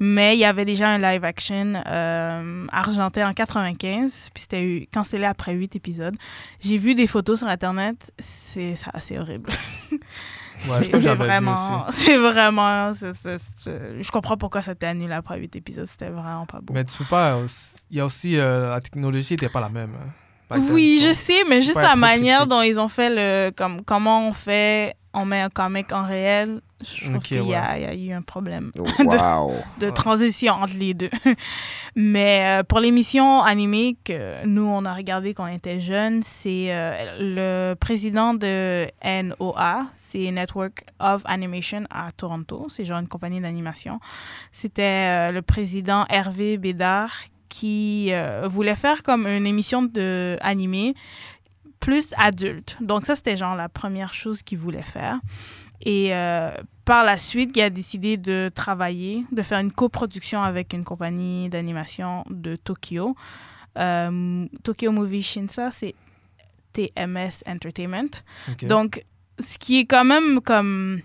Speaker 3: Mais il y avait déjà un live action euh, argentin en 95, puis c'était eu- cancellé après 8 épisodes. J'ai vu des photos sur Internet, c'est ça, c'est horrible.
Speaker 2: Ouais, je
Speaker 3: C'est-
Speaker 2: crois que
Speaker 3: c'est
Speaker 2: j'avais vu aussi.
Speaker 3: vraiment, (laughs) c'est vraiment, c'est- c'est- c'est- je comprends pourquoi ça a été annulé après 8 épisodes, c'était vraiment pas beau.
Speaker 2: Mais tu peux pas. euh, s- Il y a aussi. euh, la technologie n'était pas la même. hein, back then,
Speaker 3: Oui,
Speaker 2: so-
Speaker 3: je sais, mais juste
Speaker 2: pas
Speaker 3: la
Speaker 2: être trop
Speaker 3: manière
Speaker 2: critique.
Speaker 3: dont ils ont fait le, comme, comment on fait, on met un comic en réel, je trouve
Speaker 2: Ok,
Speaker 3: qu'il y, a, il y a eu un problème
Speaker 1: (laughs) Wow.
Speaker 3: de
Speaker 2: Ouais.
Speaker 3: transition entre les deux. (laughs) Mais euh, pour l'émission animée que nous, on a regardé quand on était jeunes, c'est euh, le président de NOA, c'est Network of Animation à Toronto. C'est genre une compagnie d'animation. C'était euh, le président Hervé Bédard qui euh, voulait faire comme une émission de animée plus adulte. Donc ça, c'était genre la première chose qu'il voulait faire. Et euh, par la suite, il a décidé de travailler, de faire une coproduction avec une compagnie d'animation de Tokyo. Euh, Tokyo Movie Shinsa, c'est TMS Entertainment.
Speaker 2: Ok.
Speaker 3: Donc, ce qui est quand même comme...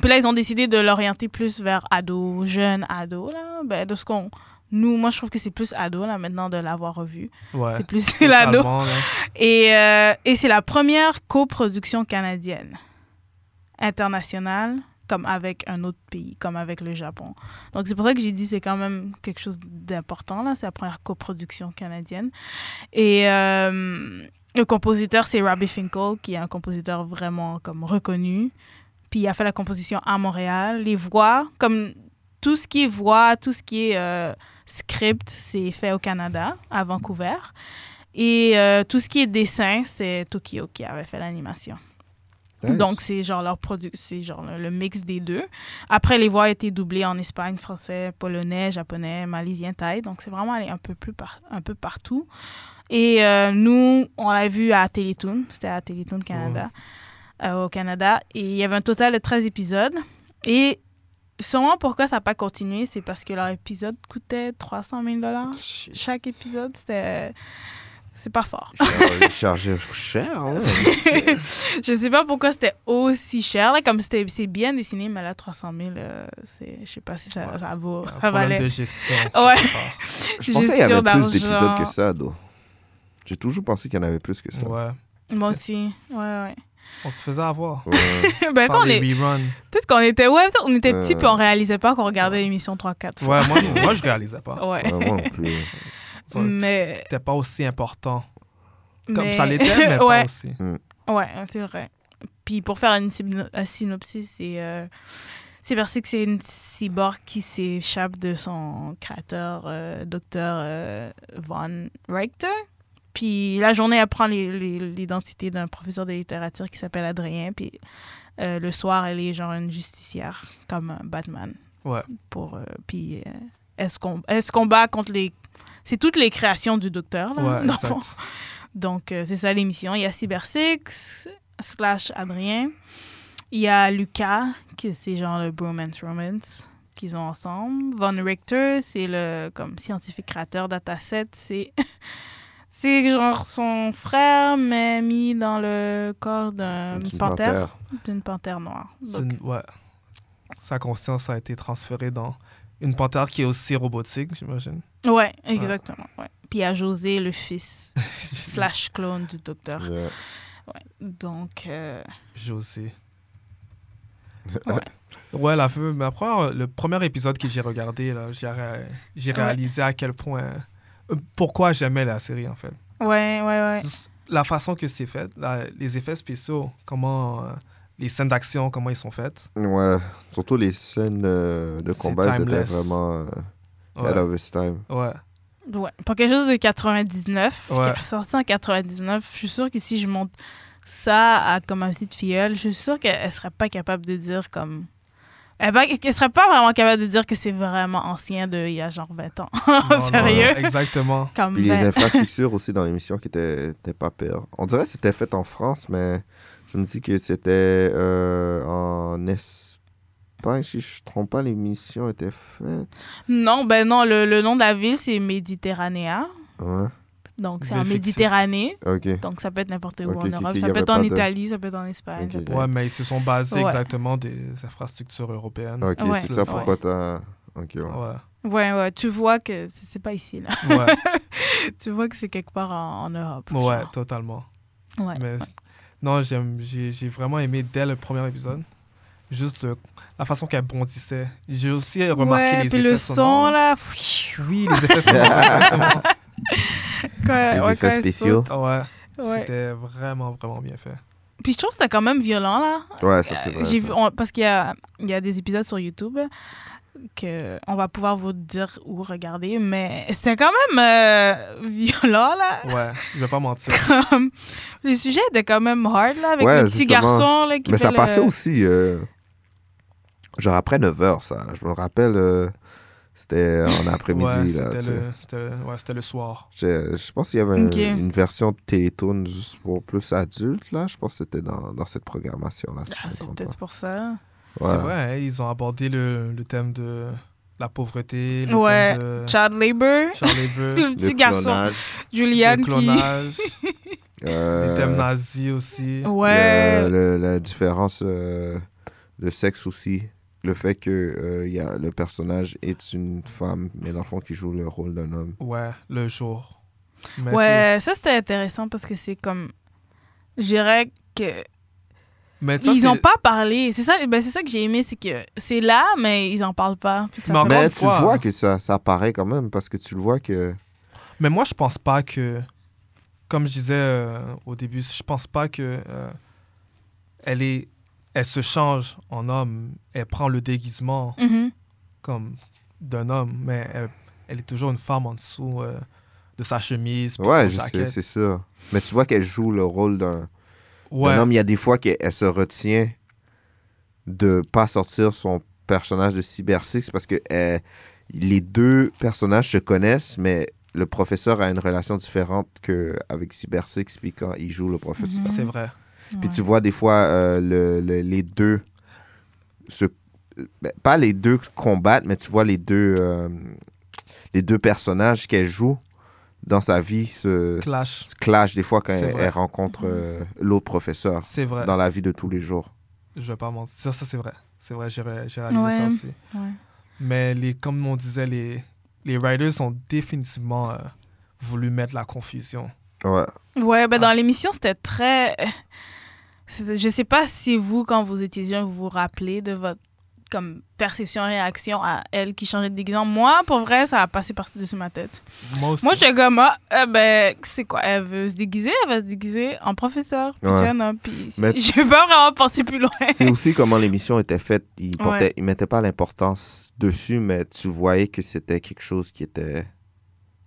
Speaker 3: Puis là, ils ont décidé de l'orienter plus vers ado, jeune ado, là. Ben, de ce qu'on... Nous, moi, je trouve que c'est plus ado, là, maintenant, de l'avoir revu.
Speaker 2: ouais.
Speaker 3: C'est plus (laughs) l'ado.
Speaker 2: Allemand, là.
Speaker 3: Et, euh, et c'est la première coproduction canadienne internationale, comme avec un autre pays, comme avec le Japon. Donc c'est pour ça que j'ai dit c'est quand même quelque chose d'important là, c'est la première coproduction canadienne. Et euh, le compositeur c'est Robbie Finkel qui est un compositeur vraiment comme reconnu. Puis il a fait la composition à Montréal, les voix, comme tout ce qui est voix, tout ce qui est euh, script, c'est fait au Canada, à Vancouver. Et euh, tout ce qui est dessin, c'est Tokyo qui avait fait l'animation.
Speaker 1: Nice.
Speaker 3: Donc, c'est genre, leur produ- c'est genre le, le mix des deux. Après, les voix étaient doublées en Espagne, français, polonais, japonais, malaisien, thaï. Donc, c'est vraiment allé un peu, plus par- un peu partout. Et euh, nous, on l'a vu à Télétoon. C'était à Télétoon Canada, euh, au Canada. Et il y avait un total de 13 épisodes. Et sûrement pourquoi ça n'a pas continué, c'est parce que leur épisode coûtait 300 000 Chaque épisode, c'était... C'est pas fort.
Speaker 1: Chargé- Chargé cher,
Speaker 2: (laughs)
Speaker 1: ouais.
Speaker 3: je sais pas pourquoi c'était aussi cher. Là, comme c'était c'est bien dessiné, mais là, 300 000, euh, c'est- je sais pas si ça,
Speaker 2: Ouais.
Speaker 3: ça vaut.
Speaker 2: Un
Speaker 3: ça
Speaker 2: problème
Speaker 3: valait.
Speaker 2: de gestion.
Speaker 3: Ah, bah, Ouais.
Speaker 2: quelque part.
Speaker 1: Je pensais qu'il y avait
Speaker 3: Gestion
Speaker 1: plus d'épisodes
Speaker 3: d'argent.
Speaker 1: que ça, Do. J'ai toujours pensé qu'il y en avait plus que ça.
Speaker 2: Ouais.
Speaker 3: Moi aussi. Ouais, ouais.
Speaker 2: On se faisait avoir.
Speaker 1: Ouais.
Speaker 2: (laughs)
Speaker 3: ben,
Speaker 2: Par
Speaker 3: attends, on
Speaker 2: les
Speaker 3: est-
Speaker 2: reruns.
Speaker 3: peut-être qu'on était, ouais, peut-être qu'on était petits,
Speaker 1: Euh.
Speaker 3: puis on réalisait pas qu'on regardait l'émission 3-4 fois.
Speaker 2: Ouais, moi, moi, je réalisais pas.
Speaker 3: Ouais.
Speaker 1: Ouais, moi non
Speaker 2: (laughs) Euh,
Speaker 1: plus.
Speaker 2: Ça,
Speaker 3: Mais,
Speaker 2: C'était pas aussi important. Comme
Speaker 3: mais-
Speaker 2: ça l'était, mais
Speaker 3: (laughs) ouais.
Speaker 2: pas aussi.
Speaker 3: Ouais, c'est vrai. Puis pour faire une syno- un synopsis, c'est euh, c'est parce que c'est une cyborg qui s'échappe de son créateur, euh, docteur euh, Von Richter. Puis la journée, elle prend les- les- l'identité d'un professeur de littérature qui s'appelle Adrien. Puis euh, le soir, elle est genre une justicière, comme euh, Batman.
Speaker 2: Ouais.
Speaker 3: Pour, euh, puis euh, elle, se com- elle se combat contre les... C'est toutes les créations du docteur, là,
Speaker 2: Ouais,
Speaker 3: (laughs) dans le fond.
Speaker 2: exact.
Speaker 3: Donc, euh, c'est ça l'émission. Il y a Cyber Six, slash Adrien. Il y a Lucas, qui c'est genre le bromance romance qu'ils ont ensemble. Von Richter, c'est le comme scientifique créateur Dataset. C'est (laughs) c'est genre son frère, mais mis dans le corps d'un
Speaker 1: Une petite
Speaker 3: panthère,
Speaker 1: panthère.
Speaker 3: d'une panthère noire.
Speaker 2: C'est
Speaker 3: Donc,
Speaker 2: une- ouais. Sa conscience a été transférée dans une panthère qui est aussi robotique,
Speaker 3: (laughs)
Speaker 2: j'imagine.
Speaker 3: ouais, exactement. ouais. Puis il y a José,
Speaker 2: (laughs)
Speaker 3: le fils, slash clone du docteur.
Speaker 1: Ouais.
Speaker 3: Donc, euh,
Speaker 2: José.
Speaker 1: Ouais.
Speaker 2: Ouais, la feu. Mais après, le premier épisode que j'ai regardé, là, j'ai ré- j'ai
Speaker 3: Ouais.
Speaker 2: réalisé à quel point. euh, Pourquoi j'aimais la série, en fait.
Speaker 3: ouais, ouais, ouais.
Speaker 2: Juste La façon que c'est fait, la- les effets spéciaux, comment. euh, les scènes d'action, comment ils sont faites.
Speaker 1: Ouais. Surtout les scènes euh, de
Speaker 2: C'est
Speaker 1: combat, elles étaient
Speaker 2: timeless.
Speaker 1: vraiment euh,
Speaker 2: Ouais.
Speaker 1: ahead of its time.
Speaker 2: ouais.
Speaker 3: (laughs) Ouais, pour quelque chose de 99,
Speaker 2: Ouais.
Speaker 3: qui est sorti en 99, je suis sûre que si je monte ça à comme ma petite filleule, je suis sûre qu'elle elle serait pas capable de dire comme... elle Eh ben, je ne serais pas vraiment capable de dire que c'est vraiment ancien de il y a genre 20 ans. (laughs)
Speaker 2: Non, non,
Speaker 3: Oh, Sérieux? (laughs)
Speaker 2: exactement.
Speaker 3: Comme ben,
Speaker 1: Puis les
Speaker 3: 20.
Speaker 1: infrastructures aussi dans l'émission qui étaient, étaient pas pires. On dirait que c'était fait en France, mais ça me dit que c'était euh, en Espagne. Si je ne trompe pas, l'émission était faite.
Speaker 3: Non, ben non, le, le nom de la ville, c'est Méditerranéa.
Speaker 1: Ouais,
Speaker 3: Donc,
Speaker 2: C'est
Speaker 3: c'est en
Speaker 2: fictif.
Speaker 3: Méditerranée.
Speaker 1: ok.
Speaker 3: Donc, ça peut être n'importe où
Speaker 1: Ok,
Speaker 3: en
Speaker 1: ok,
Speaker 3: Europe.
Speaker 1: ok, y
Speaker 3: ça peut
Speaker 1: avait
Speaker 3: être en
Speaker 1: pas de-
Speaker 3: Espagne, ça peut être en Espagne. ça
Speaker 1: Ok.
Speaker 3: peut être-
Speaker 2: Ouais, mais ils se sont basés
Speaker 3: Ouais.
Speaker 2: exactement des infrastructures européennes.
Speaker 1: Ok,
Speaker 3: Ouais.
Speaker 1: c'est ça,
Speaker 3: Ouais.
Speaker 1: pourquoi t'as. Ok, ouais.
Speaker 2: Ouais.
Speaker 3: Ouais, ouais, tu vois que c'est c'est pas ici, là.
Speaker 2: Ouais,
Speaker 3: (laughs) tu vois que c'est quelque part en, en Europe.
Speaker 2: ouais,
Speaker 3: genre.
Speaker 2: totalement.
Speaker 3: Ouais.
Speaker 2: Mais non, j'aime, j'ai, j'ai vraiment aimé dès le premier épisode. Juste le- la façon qu'elle bondissait. J'ai aussi remarqué
Speaker 3: Ouais,
Speaker 2: les
Speaker 3: puis
Speaker 2: effets
Speaker 3: le
Speaker 2: sonores. hein.
Speaker 3: son, là. pfiou,
Speaker 2: Oui, les
Speaker 1: (laughs)
Speaker 2: effets sonores.
Speaker 3: quand-
Speaker 1: Les
Speaker 3: ouais,
Speaker 1: effets
Speaker 3: quand elle
Speaker 1: spéciaux.
Speaker 3: saute.
Speaker 2: exactement. ouais.
Speaker 3: Ouais.
Speaker 2: C'était vraiment, vraiment bien fait.
Speaker 3: Puis je trouve que c'était quand même violent, là.
Speaker 1: Ouais, ça c'est vrai.
Speaker 3: J'ai
Speaker 1: ça.
Speaker 3: vu- on- parce qu'il y a, il y a des épisodes sur YouTube que on va pouvoir vous dire où regarder, mais c'était quand même euh, (laughs) violent, là.
Speaker 2: Ouais, je vais pas mentir.
Speaker 3: Comme, le sujet était quand même hard, là, avec
Speaker 1: Ouais,
Speaker 3: le petit
Speaker 1: justement.
Speaker 3: garçon, là, qui
Speaker 1: Mais
Speaker 3: fait
Speaker 1: ça
Speaker 3: le-
Speaker 1: passait aussi. euh, Genre après 9h, ça. Je me rappelle, euh, c'était en
Speaker 2: ouais,
Speaker 1: après-midi. là, tu
Speaker 2: c'était,
Speaker 1: sais.
Speaker 2: le, c'était, le- ouais, c'était le soir.
Speaker 1: Je, je pense qu'il y avait un-
Speaker 3: Ok.
Speaker 1: une version de Télétoon juste pour plus adultes, là. Je pense que c'était dans, dans cette programmation-là, si je
Speaker 3: Ah,
Speaker 1: me
Speaker 3: c'est
Speaker 1: trompe
Speaker 3: peut-être pour ça.
Speaker 1: pas.
Speaker 2: C'est
Speaker 1: Ouais.
Speaker 2: vrai, hein, ils ont abordé le, le thème de la pauvreté, le
Speaker 3: Ouais,
Speaker 2: thème de
Speaker 3: child labor,
Speaker 2: Charlie Hebdo,
Speaker 3: le
Speaker 1: Le
Speaker 3: petit garçon,
Speaker 1: clonage,
Speaker 3: (laughs) Julian
Speaker 2: le
Speaker 3: qui...
Speaker 2: clonage,
Speaker 1: (laughs) euh,
Speaker 2: les thèmes nazis aussi.
Speaker 3: Ouais,
Speaker 1: le- le- la différence euh, de sexe aussi. Le fait que euh, il y a, le personnage est une femme, mais dans le fond, qui joue le rôle d'un homme.
Speaker 2: Ouais, le jour. Mais
Speaker 3: ouais, ça c'était intéressant parce que c'est comme... Je dirais que
Speaker 2: c'est- Mais ça,
Speaker 3: ils
Speaker 2: c'est-
Speaker 3: n'ont pas parlé. C'est ça, ben c'est ça que j'ai aimé, c'est que c'est là, mais ils n'en parlent pas. Puis ça
Speaker 2: Mais en
Speaker 3: fait-
Speaker 2: Encore
Speaker 1: Mais
Speaker 2: une
Speaker 1: tu
Speaker 2: fois. hein.
Speaker 1: vois que ça, ça apparaît quand même, parce que tu le vois que.
Speaker 2: Mais moi, je pense pas que. Comme je disais euh, au début, je pense pas que. euh, elle est. Elle se change en homme. Elle prend le déguisement
Speaker 3: Mhm.
Speaker 2: comme d'un homme, mais elle, elle est toujours une femme en dessous euh, de sa chemise. puis
Speaker 1: Ouais,
Speaker 2: son
Speaker 1: je sais,
Speaker 2: jacket.
Speaker 1: c'est ça. Mais tu vois qu'elle joue le rôle d'un d'un
Speaker 2: Ouais,
Speaker 1: homme. Il y a des fois qu'elle elle se retient de pas sortir son personnage de Cyber Six parce que elle- les deux personnages se connaissent, mais le professeur a une relation différente qu'avec Cyber Six, puis quand il joue le professeur.
Speaker 3: Mhm.
Speaker 2: c'est vrai.
Speaker 1: Puis
Speaker 3: Ouais.
Speaker 1: tu vois des fois euh, le- le- les deux se ben, pas les deux combattent, mais tu vois les deux euh, les deux personnages qu'elle joue dans sa vie se,
Speaker 2: Clash.
Speaker 1: se clash des fois quand
Speaker 2: C'est
Speaker 1: elle,
Speaker 2: vrai.
Speaker 1: elle rencontre
Speaker 2: Mm-hmm.
Speaker 1: euh, l'autre professeur
Speaker 2: C'est vrai.
Speaker 1: dans la vie de tous les jours.
Speaker 2: Je vais pas mentir. Ça, ça, c'est vrai. C'est vrai, j'ai ré- j'ai réalisé
Speaker 3: Ouais.
Speaker 2: ça aussi.
Speaker 3: Ouais.
Speaker 2: Mais les, comme on disait, les, les writers ont définitivement euh, voulu mettre la confusion.
Speaker 1: Ouais.
Speaker 3: Ouais, ben
Speaker 2: Ah.
Speaker 3: dans l'émission, c'était très. c'était- Je sais pas si vous, quand vous étiez jeune, vous vous rappelez de votre comme perception-réaction à elle qui changeait de déguisement. Moi, pour vrai, ça a passé par-dessus ma tête.
Speaker 2: Moi aussi.
Speaker 3: Moi, j'étais comme, ah, eh ben, c'est quoi? Elle veut se déguiser? Elle va se déguiser en professeur. Puis
Speaker 1: Ouais.
Speaker 3: c'est un homme. Puis c'est- (laughs)
Speaker 1: Mais-
Speaker 3: j'ai pas vraiment pensé plus loin.
Speaker 1: C'est aussi comment l'émission était faite. Ils
Speaker 3: Ouais.
Speaker 1: portaient, ils mettaient pas l'importance dessus, mais tu voyais que c'était quelque chose qui était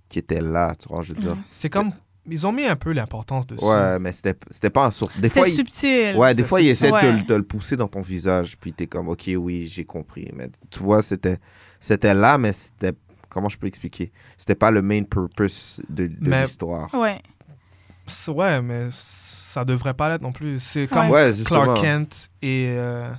Speaker 1: qui était là, tu vois, je veux dire.
Speaker 2: C'est comme. Ils ont mis un peu l'importance dessus.
Speaker 1: Ouais, mais c'était c'était pas en source. Des fois,
Speaker 3: C'était
Speaker 1: ils-
Speaker 3: subtil.
Speaker 1: Ouais, des
Speaker 2: Ça,
Speaker 1: fois,
Speaker 2: c'est-
Speaker 1: il essaie de,
Speaker 3: Ouais.
Speaker 1: te le pousser dans ton visage, puis t'es comme, ok, oui, j'ai compris. Mais tu vois, c'était, c'était là, mais c'était, comment je peux expliquer? C'était pas le main purpose de, de
Speaker 2: Mais-
Speaker 1: l'histoire.
Speaker 3: Ouais.
Speaker 2: C'est- Ouais, mais ça devrait pas l'être non plus. C'est comme
Speaker 3: Ouais.
Speaker 1: Ouais,
Speaker 2: Clark
Speaker 1: justement.
Speaker 2: Kent et euh,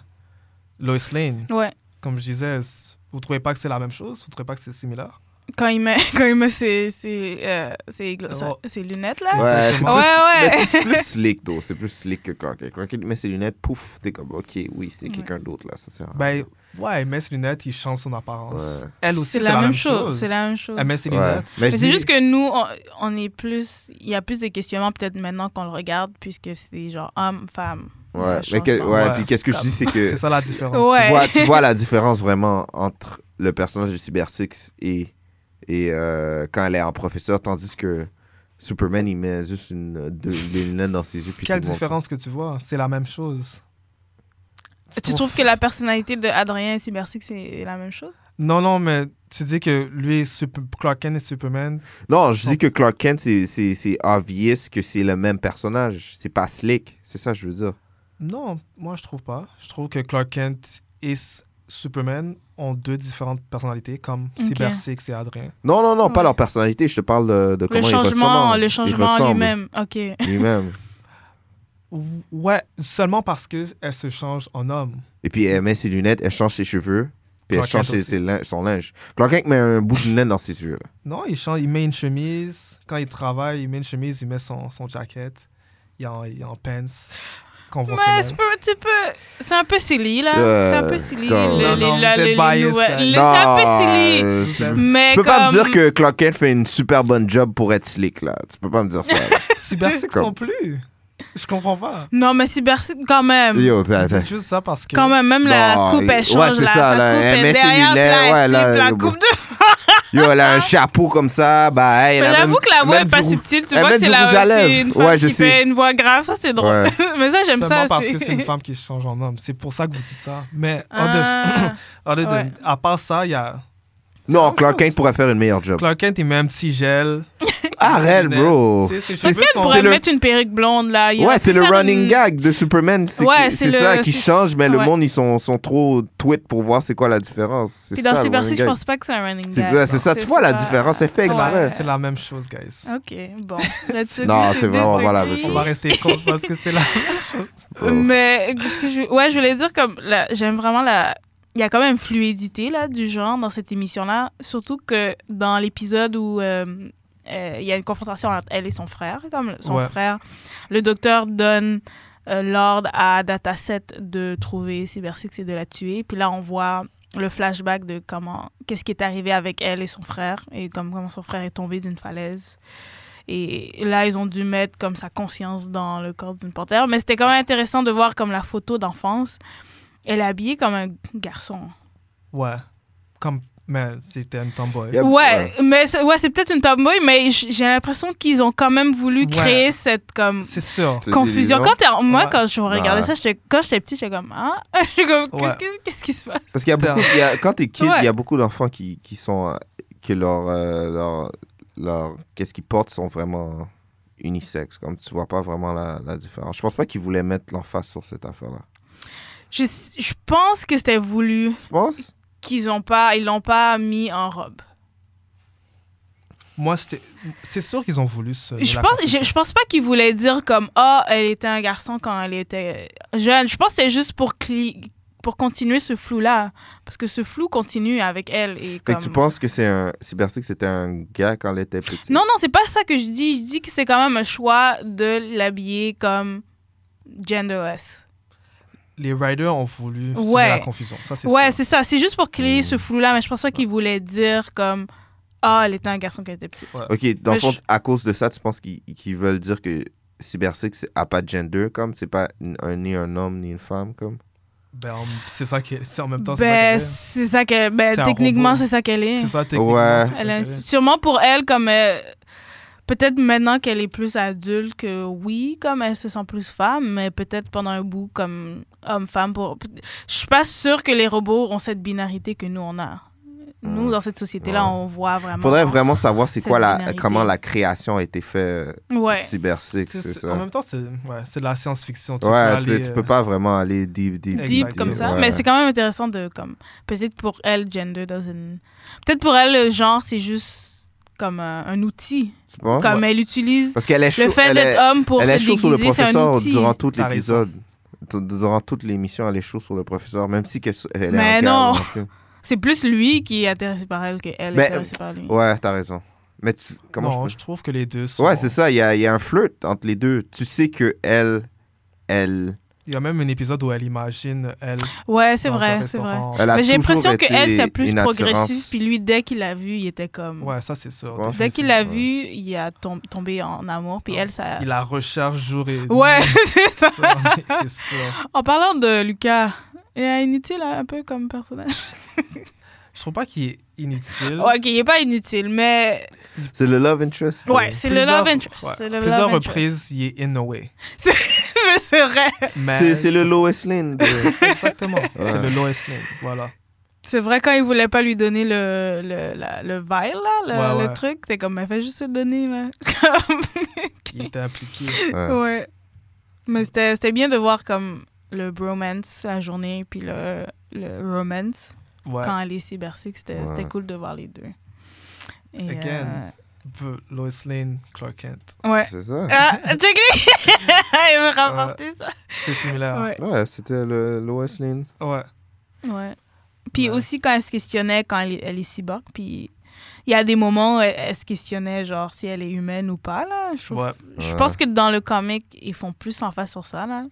Speaker 2: Lois Lane.
Speaker 3: Ouais.
Speaker 2: Comme je disais, c- vous trouvez pas que c'est la même chose Vous trouvez pas que c'est similaire
Speaker 3: Quand il met, (laughs) quand il met ses, ses, euh, ses gla- sa-
Speaker 2: Oh.
Speaker 3: ses lunettes, là.
Speaker 1: Ouais, c'est plus,
Speaker 2: Exactement.
Speaker 3: Ouais, ouais.
Speaker 1: mais
Speaker 3: (laughs)
Speaker 1: c'est plus slick, though. C'est plus slick que Clark Kent. Clark Kent met ses lunettes, pouf, t'es comme, ok, oui, c'est
Speaker 3: Ouais.
Speaker 1: quelqu'un d'autre, là, ça sert à rien.
Speaker 2: Ben, ouais, elle met ses lunettes, il change son apparence.
Speaker 1: Ah. Ouais.
Speaker 2: Elle aussi, c'est la, même chose.
Speaker 3: C'est la même chose.
Speaker 2: Elle met ses
Speaker 1: Ouais.
Speaker 2: lunettes.
Speaker 1: Mais je
Speaker 3: Mais c'est
Speaker 1: dis-
Speaker 3: juste que nous, on, on est plus. Il y a plus de questionnements peut-être maintenant qu'on le regarde, puisque c'est genre homme, femme.
Speaker 1: Ouais,
Speaker 3: Ça
Speaker 1: mais
Speaker 3: change
Speaker 1: que-
Speaker 3: pas.
Speaker 1: ouais,
Speaker 2: Ouais.
Speaker 1: puis qu'est-ce que je dis, c'est que
Speaker 2: C'est ça la différence.
Speaker 3: Ouais.
Speaker 1: tu, vois, tu vois
Speaker 3: (laughs)
Speaker 1: la différence vraiment entre le personnage de Cyber Six et, et euh, quand elle est en professeur, tandis que Superman, il met juste une, deux, des lunettes dans ses yeux. Puis
Speaker 2: Quelle
Speaker 1: tout le monde
Speaker 2: différence que tu vois C'est la même chose.
Speaker 3: Tu trouves que la personnalité de Adrien et Cybersix, c'est la même chose?
Speaker 2: Non, non, mais tu dis que lui, Super- Clark Kent et Superman.
Speaker 1: s'en- Non, je dis que Clark Kent, c'est- c'est c'est obvious que c'est le même personnage. C'est pas slick. C'est ça que je veux dire.
Speaker 2: Non, moi, je trouve pas. Je trouve que Clark Kent et S- Superman ont deux différentes personnalités, comme Cyber Six et Adrien.
Speaker 1: Non, non, non, pas
Speaker 3: Ouais.
Speaker 1: leur personnalité. Je te parle de, de
Speaker 3: Le
Speaker 1: comment ils
Speaker 3: changement,
Speaker 1: ressemblent.
Speaker 3: le
Speaker 1: Ils
Speaker 3: changement
Speaker 1: ressemblent
Speaker 3: lui-même. OK.
Speaker 1: Lui-même.
Speaker 2: Ou- Ouais, seulement parce qu'elle se change en homme.
Speaker 1: Et puis elle met ses lunettes, elle change ses cheveux, puis elle
Speaker 2: Clark
Speaker 1: change
Speaker 2: Kent
Speaker 1: ses-
Speaker 2: aussi.
Speaker 1: ses lin- son linge. Clark Kent met un bout de laine dans ses yeux. là.
Speaker 2: Non, il change, il met une chemise. Quand il travaille, il met une chemise, il met son, son jacket. Il est en, il est en pants
Speaker 3: Mais
Speaker 2: conventionnel.
Speaker 3: c'est un petit peu... C'est un peu silly, là.
Speaker 1: Euh,
Speaker 3: c'est un peu silly.
Speaker 1: comme-
Speaker 3: le-
Speaker 2: Non,
Speaker 3: le-
Speaker 2: non,
Speaker 3: la-
Speaker 2: vous êtes
Speaker 3: le- les
Speaker 2: biased,
Speaker 3: nouvelles-
Speaker 2: guys.
Speaker 3: le-
Speaker 1: Non,
Speaker 3: C'est un peu silly.
Speaker 1: euh,
Speaker 2: Vous
Speaker 1: tu,
Speaker 2: avez-
Speaker 3: Mais
Speaker 1: tu peux pas me
Speaker 3: comme-
Speaker 1: dire que Clark Kent fait une super bonne job pour être slick, là. Tu peux pas me dire
Speaker 3: (laughs)
Speaker 1: ça. là.
Speaker 2: Cyber Six
Speaker 1: Comme-
Speaker 2: non plus. Je comprends pas.
Speaker 3: Non, mais cyber... Quand même.
Speaker 1: Yo, t'as- t'as-
Speaker 2: C'est juste ça parce que.
Speaker 3: Quand même, même la
Speaker 1: Non,
Speaker 3: coupe,
Speaker 1: ouais,
Speaker 3: elle change.
Speaker 1: c'est
Speaker 3: là,
Speaker 1: ça,
Speaker 3: sa
Speaker 1: là,
Speaker 3: coupe
Speaker 1: elle
Speaker 3: est
Speaker 1: met ses
Speaker 3: derrière,
Speaker 1: lunettes,
Speaker 3: là,
Speaker 1: ouais,
Speaker 3: elle
Speaker 1: là,
Speaker 3: flippe la
Speaker 1: yo,
Speaker 3: coupe de...
Speaker 1: yo, elle a un chapeau comme ça. Bah, hey, elle
Speaker 3: Mais
Speaker 1: a même-
Speaker 3: Ah. j'avoue que la voix
Speaker 1: même
Speaker 3: est
Speaker 1: du
Speaker 3: pas
Speaker 1: rouge-
Speaker 3: subtile. Tu
Speaker 1: elle
Speaker 3: vois
Speaker 1: met
Speaker 3: que c'est
Speaker 1: du
Speaker 3: la
Speaker 1: rouge à
Speaker 3: c'est
Speaker 1: lèvres.
Speaker 3: une femme
Speaker 1: Ouais, je
Speaker 3: qui
Speaker 1: sais.
Speaker 3: fait une voix grave. Ça, c'est drôle.
Speaker 1: Ouais.
Speaker 3: (laughs) mais ça, j'aime
Speaker 2: Seulement
Speaker 3: ça.
Speaker 2: parce que c'est une femme qui se change en homme. C'est pour ça que vous dites ça. Mais other-
Speaker 3: (laughs) Ah,
Speaker 2: other than-
Speaker 3: ouais.
Speaker 2: à part ça, il y a
Speaker 1: Non, Clark Kent pourrait faire une meilleure job.
Speaker 2: Clark Kent, il met un petit gel.
Speaker 1: Arrête, Ah, bro.
Speaker 2: C'est- c'est- je
Speaker 3: Parce
Speaker 2: veux son-
Speaker 3: qu'elle pourrait
Speaker 1: C'est le-
Speaker 3: mettre une perruque blonde, là. Il y a
Speaker 1: Ouais, c'est le
Speaker 3: peut-être
Speaker 1: running
Speaker 3: une-
Speaker 1: gag de Superman. C'est
Speaker 3: euh, Ouais,
Speaker 1: que-
Speaker 3: c'est
Speaker 1: c'est ça
Speaker 3: le-
Speaker 1: qui
Speaker 3: c'est-
Speaker 1: change, mais le
Speaker 3: ouais.
Speaker 1: monde, ils sont, sont trop tweets pour voir c'est quoi la différence. C'est
Speaker 3: Puis
Speaker 1: ça,
Speaker 3: dans
Speaker 1: le
Speaker 3: Cyber
Speaker 1: running
Speaker 3: Six, je
Speaker 1: gag.
Speaker 3: pense pas que c'est un running
Speaker 1: C'est
Speaker 3: gag.
Speaker 1: ouais, c'est ça, tu vois la différence, elle fait
Speaker 2: C'est la-
Speaker 1: exprès.
Speaker 3: Ouais.
Speaker 2: C'est la même chose, guys.
Speaker 3: Ok,
Speaker 1: (laughs)
Speaker 3: bon. Let's
Speaker 1: Non,
Speaker 3: (laughs) agree
Speaker 1: c'est
Speaker 3: to
Speaker 1: vraiment pas la même
Speaker 3: disagree.
Speaker 2: On
Speaker 1: chose.
Speaker 2: va rester contre parce que c'est la même chose.
Speaker 1: Oh.
Speaker 3: Mais ce que je, ouais, je voulais dire comme la- j'aime vraiment la il y a quand même fluidité là du genre dans cette émission là, surtout que dans l'épisode où euh, euh, il y a une confrontation entre elle et son frère, comme son
Speaker 2: Ouais.
Speaker 3: frère, le docteur donne euh, l'ordre à Dataset de trouver Cyber Six et de la tuer. Puis là, on voit le flashback de comment qu'est-ce qui est arrivé avec elle et son frère et comme comment son frère est tombé d'une falaise et là ils ont dû mettre comme sa conscience dans le corps d'une panthère mais c'était quand même intéressant de voir comme la photo d'enfance elle est habillée comme un garçon
Speaker 2: Ouais. Comme. Mais c'était une tomboy.
Speaker 1: Yep.
Speaker 3: ouais,
Speaker 1: Ouais.
Speaker 3: mais c'est, ouais c'est peut-être une tomboy mais j- j'ai l'impression qu'ils ont quand même voulu
Speaker 2: Ouais.
Speaker 3: créer cette comme
Speaker 2: C'est sûr.
Speaker 1: C'est
Speaker 3: confusion
Speaker 1: délivrant.
Speaker 3: quand t'es en- moi
Speaker 2: Ouais. Bah.
Speaker 3: quand je regardais
Speaker 1: Ouais.
Speaker 3: ça j'étais- quand j'étais petite j'étais comme ah (laughs) j'étais comme
Speaker 2: Ouais.
Speaker 3: qu'est-ce, que- qu'est-ce qui se passe
Speaker 1: Parce qu'il y a beaucoup, il y a- quand t'es kid, il
Speaker 3: Ouais.
Speaker 1: y a beaucoup d'enfants qui, qui sont, euh, que leur, euh, leur, leur- qu'est-ce qu'ils portent sont vraiment unisexes. Comme tu vois pas vraiment la, la différence. Je pense pas qu'ils voulaient mettre l'emphase sur cette affaire-là.
Speaker 3: je, je pense que c'était voulu
Speaker 1: Tu penses?
Speaker 3: qu'ils ont pas ils l'ont pas mis en robe
Speaker 2: Moi, c'était. C'est sûr qu'ils ont voulu se.
Speaker 3: Je pense, je, je pense pas qu'il voulait dire comme ah elle était un garçon quand elle était jeune. Je pense que c'était juste pour cli- pour continuer ce flou là parce que ce flou continue avec elle et
Speaker 1: Fait
Speaker 3: comme.
Speaker 1: que tu penses que c'est un, Cyber Six, c'était un gars quand il était petit?
Speaker 3: Non non c'est pas ça que je dis. Je dis que c'est quand même un choix de l'habiller comme genderless.
Speaker 2: Les riders ont voulu semer
Speaker 3: Ouais.
Speaker 2: la confusion. Ça, Hmm. c'est
Speaker 3: Ouais
Speaker 2: sûr.
Speaker 3: c'est ça. C'est juste pour créer
Speaker 1: Mm.
Speaker 3: ce flou là mais je pense pas qu'il voulait dire comme ah elle était un garçon quand elle était petite.
Speaker 2: Ouais.
Speaker 1: Ok, dans le
Speaker 3: Mais
Speaker 1: fond,
Speaker 3: je-
Speaker 1: à cause de ça, tu penses qu'ils qu'ils veulent dire que Cyber Six a pas de gender, comme? C'est pas n- un- ni un homme ni une femme, comme?
Speaker 2: Ben, en- c'est ça qui est. c'est En même temps, c'est
Speaker 3: Ben
Speaker 2: ça
Speaker 3: c'est ça qu'elle. Ben
Speaker 2: C'est un
Speaker 3: techniquement
Speaker 2: robot.
Speaker 3: c'est ça qu'elle
Speaker 2: qu'elle
Speaker 3: est.
Speaker 2: est. C'est ça, techniquement.
Speaker 1: Ouais.
Speaker 2: c'est ça
Speaker 3: Elle a-
Speaker 2: qu'elle est.
Speaker 3: sûrement pour elle, comme euh, peut-être maintenant qu'elle est plus adulte, que oui, comme elle se sent plus femme, mais peut-être pendant un bout comme homme-femme. Pour... Je suis pas sûre que les robots ont cette binarité que nous, on a. Nous,
Speaker 1: Mm.
Speaker 3: dans cette société-là,
Speaker 1: Ouais.
Speaker 3: on voit vraiment.
Speaker 1: Faudrait vraiment savoir c'est
Speaker 3: Cette
Speaker 1: quoi la,
Speaker 3: binarité.
Speaker 1: comment la création a été faite euh,
Speaker 3: Ouais.
Speaker 1: Cyber Six,
Speaker 2: C'est-
Speaker 1: c'est
Speaker 2: c'est- En
Speaker 1: ça.
Speaker 2: même temps, c'est ouais, c'est de la science-fiction.
Speaker 1: ouais,
Speaker 2: peux
Speaker 1: tu, sais,
Speaker 2: aller,
Speaker 1: tu
Speaker 2: euh,
Speaker 1: peux pas vraiment aller deep, deep,
Speaker 2: Exact.
Speaker 3: Deep comme ça.
Speaker 1: ouais.
Speaker 3: Mais c'est quand même intéressant de. comme Peut-être pour elle, gender doesn't. Peut-être pour elle, le genre, c'est juste comme euh, un outil.
Speaker 1: Tu penses?
Speaker 3: Comme elle utilise
Speaker 1: Parce qu'elle est
Speaker 3: le
Speaker 1: chaud,
Speaker 3: fait
Speaker 1: elle est,
Speaker 3: d'être homme pour
Speaker 1: elle est
Speaker 3: se
Speaker 1: chaud sur le
Speaker 3: déguiser, c'est un
Speaker 1: professeur
Speaker 3: outil.
Speaker 1: durant tout
Speaker 2: T'as raison.
Speaker 1: l'épisode. Tout- Durant toute l'émission, elle est chaud sur le professeur, même si qu'elle- elle est
Speaker 3: Mais
Speaker 1: en
Speaker 3: non.
Speaker 1: calme, en fait.
Speaker 3: C'est plus lui qui est intéressé par elle que elle
Speaker 1: Mais, oh,
Speaker 3: est intéressée par lui.
Speaker 1: Ouais, t'as raison. Mais tu- comment
Speaker 2: non,
Speaker 1: je
Speaker 2: je trouve que les deux
Speaker 1: peux...
Speaker 2: sont...
Speaker 1: Ouais, c'est ça, il y a, il y a un flirt entre les deux. Tu sais que elle, elle,
Speaker 2: Il y a même un épisode où elle imagine, elle,
Speaker 3: Ouais, c'est
Speaker 2: dans un
Speaker 3: vrai, c'est vrai.
Speaker 2: restaurant.
Speaker 1: elle a
Speaker 3: Mais j'ai
Speaker 1: toujours
Speaker 3: l'impression que
Speaker 1: été
Speaker 3: elle c'est plus
Speaker 1: une attirance.
Speaker 3: progressif, puis lui dès qu'il l'a vu, il était comme
Speaker 2: Ouais, ça, c'est sûr.
Speaker 1: Tu penses?
Speaker 3: dès qu'il l'a
Speaker 1: Ouais.
Speaker 3: vu, il a tom- tombé en amour, puis
Speaker 2: Ouais.
Speaker 3: elle ça
Speaker 2: Il la recherche jour et nuit. (laughs)
Speaker 3: Ouais, (laughs) c'est ça.
Speaker 2: c'est sûr.
Speaker 3: (laughs) En parlant de Lucas, il est inutile hein, un peu comme personnage.
Speaker 2: Je trouve pas qu'il est inutile.
Speaker 3: Ouais, OK, il est pas inutile, mais
Speaker 1: C'est le love interest.
Speaker 3: ouais, c'est le
Speaker 2: Plusieurs-
Speaker 3: love interest.
Speaker 2: ouais,
Speaker 3: c'est le love
Speaker 2: Plusieurs
Speaker 3: interest.
Speaker 2: reprises, il est in
Speaker 1: (laughs)
Speaker 2: a way.
Speaker 3: (laughs) C'est- c'est vrai.
Speaker 2: Mais
Speaker 1: C'est c'est le Lois Lane.
Speaker 3: (laughs)
Speaker 1: de-
Speaker 2: (laughs) Exactement. C'est le
Speaker 1: Ouais.
Speaker 2: Lois Lane. Voilà.
Speaker 3: C'est vrai quand il voulait pas lui donner le le la- le vial là, le,
Speaker 2: Ouais,
Speaker 3: le
Speaker 2: ouais.
Speaker 3: truc, t'es comme mais fais juste le donner là. (laughs) Comme-
Speaker 2: Il était
Speaker 3: (laughs)
Speaker 2: impliqué.
Speaker 1: Ouais.
Speaker 3: Ouais. Mais c'était c'était bien de voir comme le bromance la journée, puis le, le romance.
Speaker 2: Ouais.
Speaker 3: Quand elle est cybersique, c'était
Speaker 1: Ouais.
Speaker 3: c'était cool de voir les deux. Et,
Speaker 2: Again. Peu- Lois Lane, Clark Kent. (laughs)
Speaker 3: euh, ouais.
Speaker 1: C'est ça.
Speaker 3: Ah, check (laughs) Elle me rapporter ça.
Speaker 2: C'est similaire.
Speaker 3: Ouais.
Speaker 1: Ouais, c'était le Lois Lane.
Speaker 2: Ouais.
Speaker 3: Ouais. Puis
Speaker 2: Ouais.
Speaker 3: aussi, quand elle se questionnait, quand elle, est- elle est cyborg, puis il y a des moments où elle, elle se questionnait, genre, si elle est humaine ou pas, là. Je, trouve-
Speaker 2: Ouais.
Speaker 3: je
Speaker 1: Ouais.
Speaker 3: pense que dans le comic, ils font plus face sur ça, là.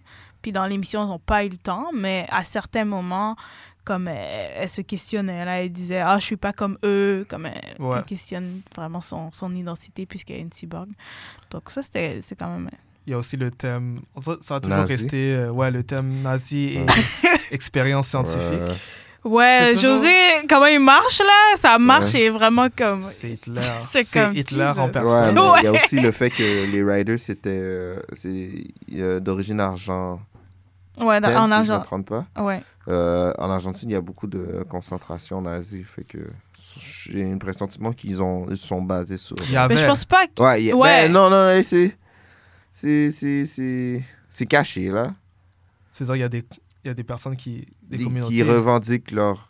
Speaker 3: Puis dans l'émission, ils n'ont pas eu le temps, mais à certains moments, comme elle, elle se questionnait, là, elle disait, ah, je suis pas comme eux, comme elle,
Speaker 2: Ouais.
Speaker 3: elle questionne vraiment son, son identité puisqu'elle est une cyborg. Donc ça, c'était c'est quand même...
Speaker 2: Il y a aussi le thème. Ça, ça a toujours
Speaker 1: Nazi.
Speaker 2: resté. euh, ouais, le thème nazi et (laughs) expérience scientifique.
Speaker 1: Ouais.
Speaker 3: euh, Ouais,
Speaker 2: C'est toujours-
Speaker 3: José, comment il marche, là? Ça marche et vraiment comme...
Speaker 2: C'est
Speaker 3: (laughs)
Speaker 2: Hitler.
Speaker 3: C'est
Speaker 2: C'est
Speaker 3: comme
Speaker 2: Hitler en
Speaker 3: Jesus.
Speaker 1: Ouais,
Speaker 2: personne.
Speaker 1: mais il y a
Speaker 3: Ouais.
Speaker 1: aussi le fait que les Riders, c'était euh, c'est, euh, d'origine argent.
Speaker 3: Ouais, dans- en
Speaker 1: si je ne me
Speaker 3: argent.
Speaker 1: trompe pas.
Speaker 3: Ouais.
Speaker 1: Euh, en Argentine, il y a beaucoup de concentration nazie. Fait que j'ai un pressentiment qu'ils ont, ils sont basés sur.
Speaker 2: Il y avait.
Speaker 3: Mais je pense pas que...
Speaker 1: Ouais, il y a-
Speaker 3: Ouais.
Speaker 1: ben, non, non, non, c'est. C'est, c'est, c'est, c'est caché, là.
Speaker 2: C'est-à-dire, il y, a des- il y a des personnes qui. Des
Speaker 1: Des-
Speaker 2: communautés.
Speaker 1: qui revendiquent leur.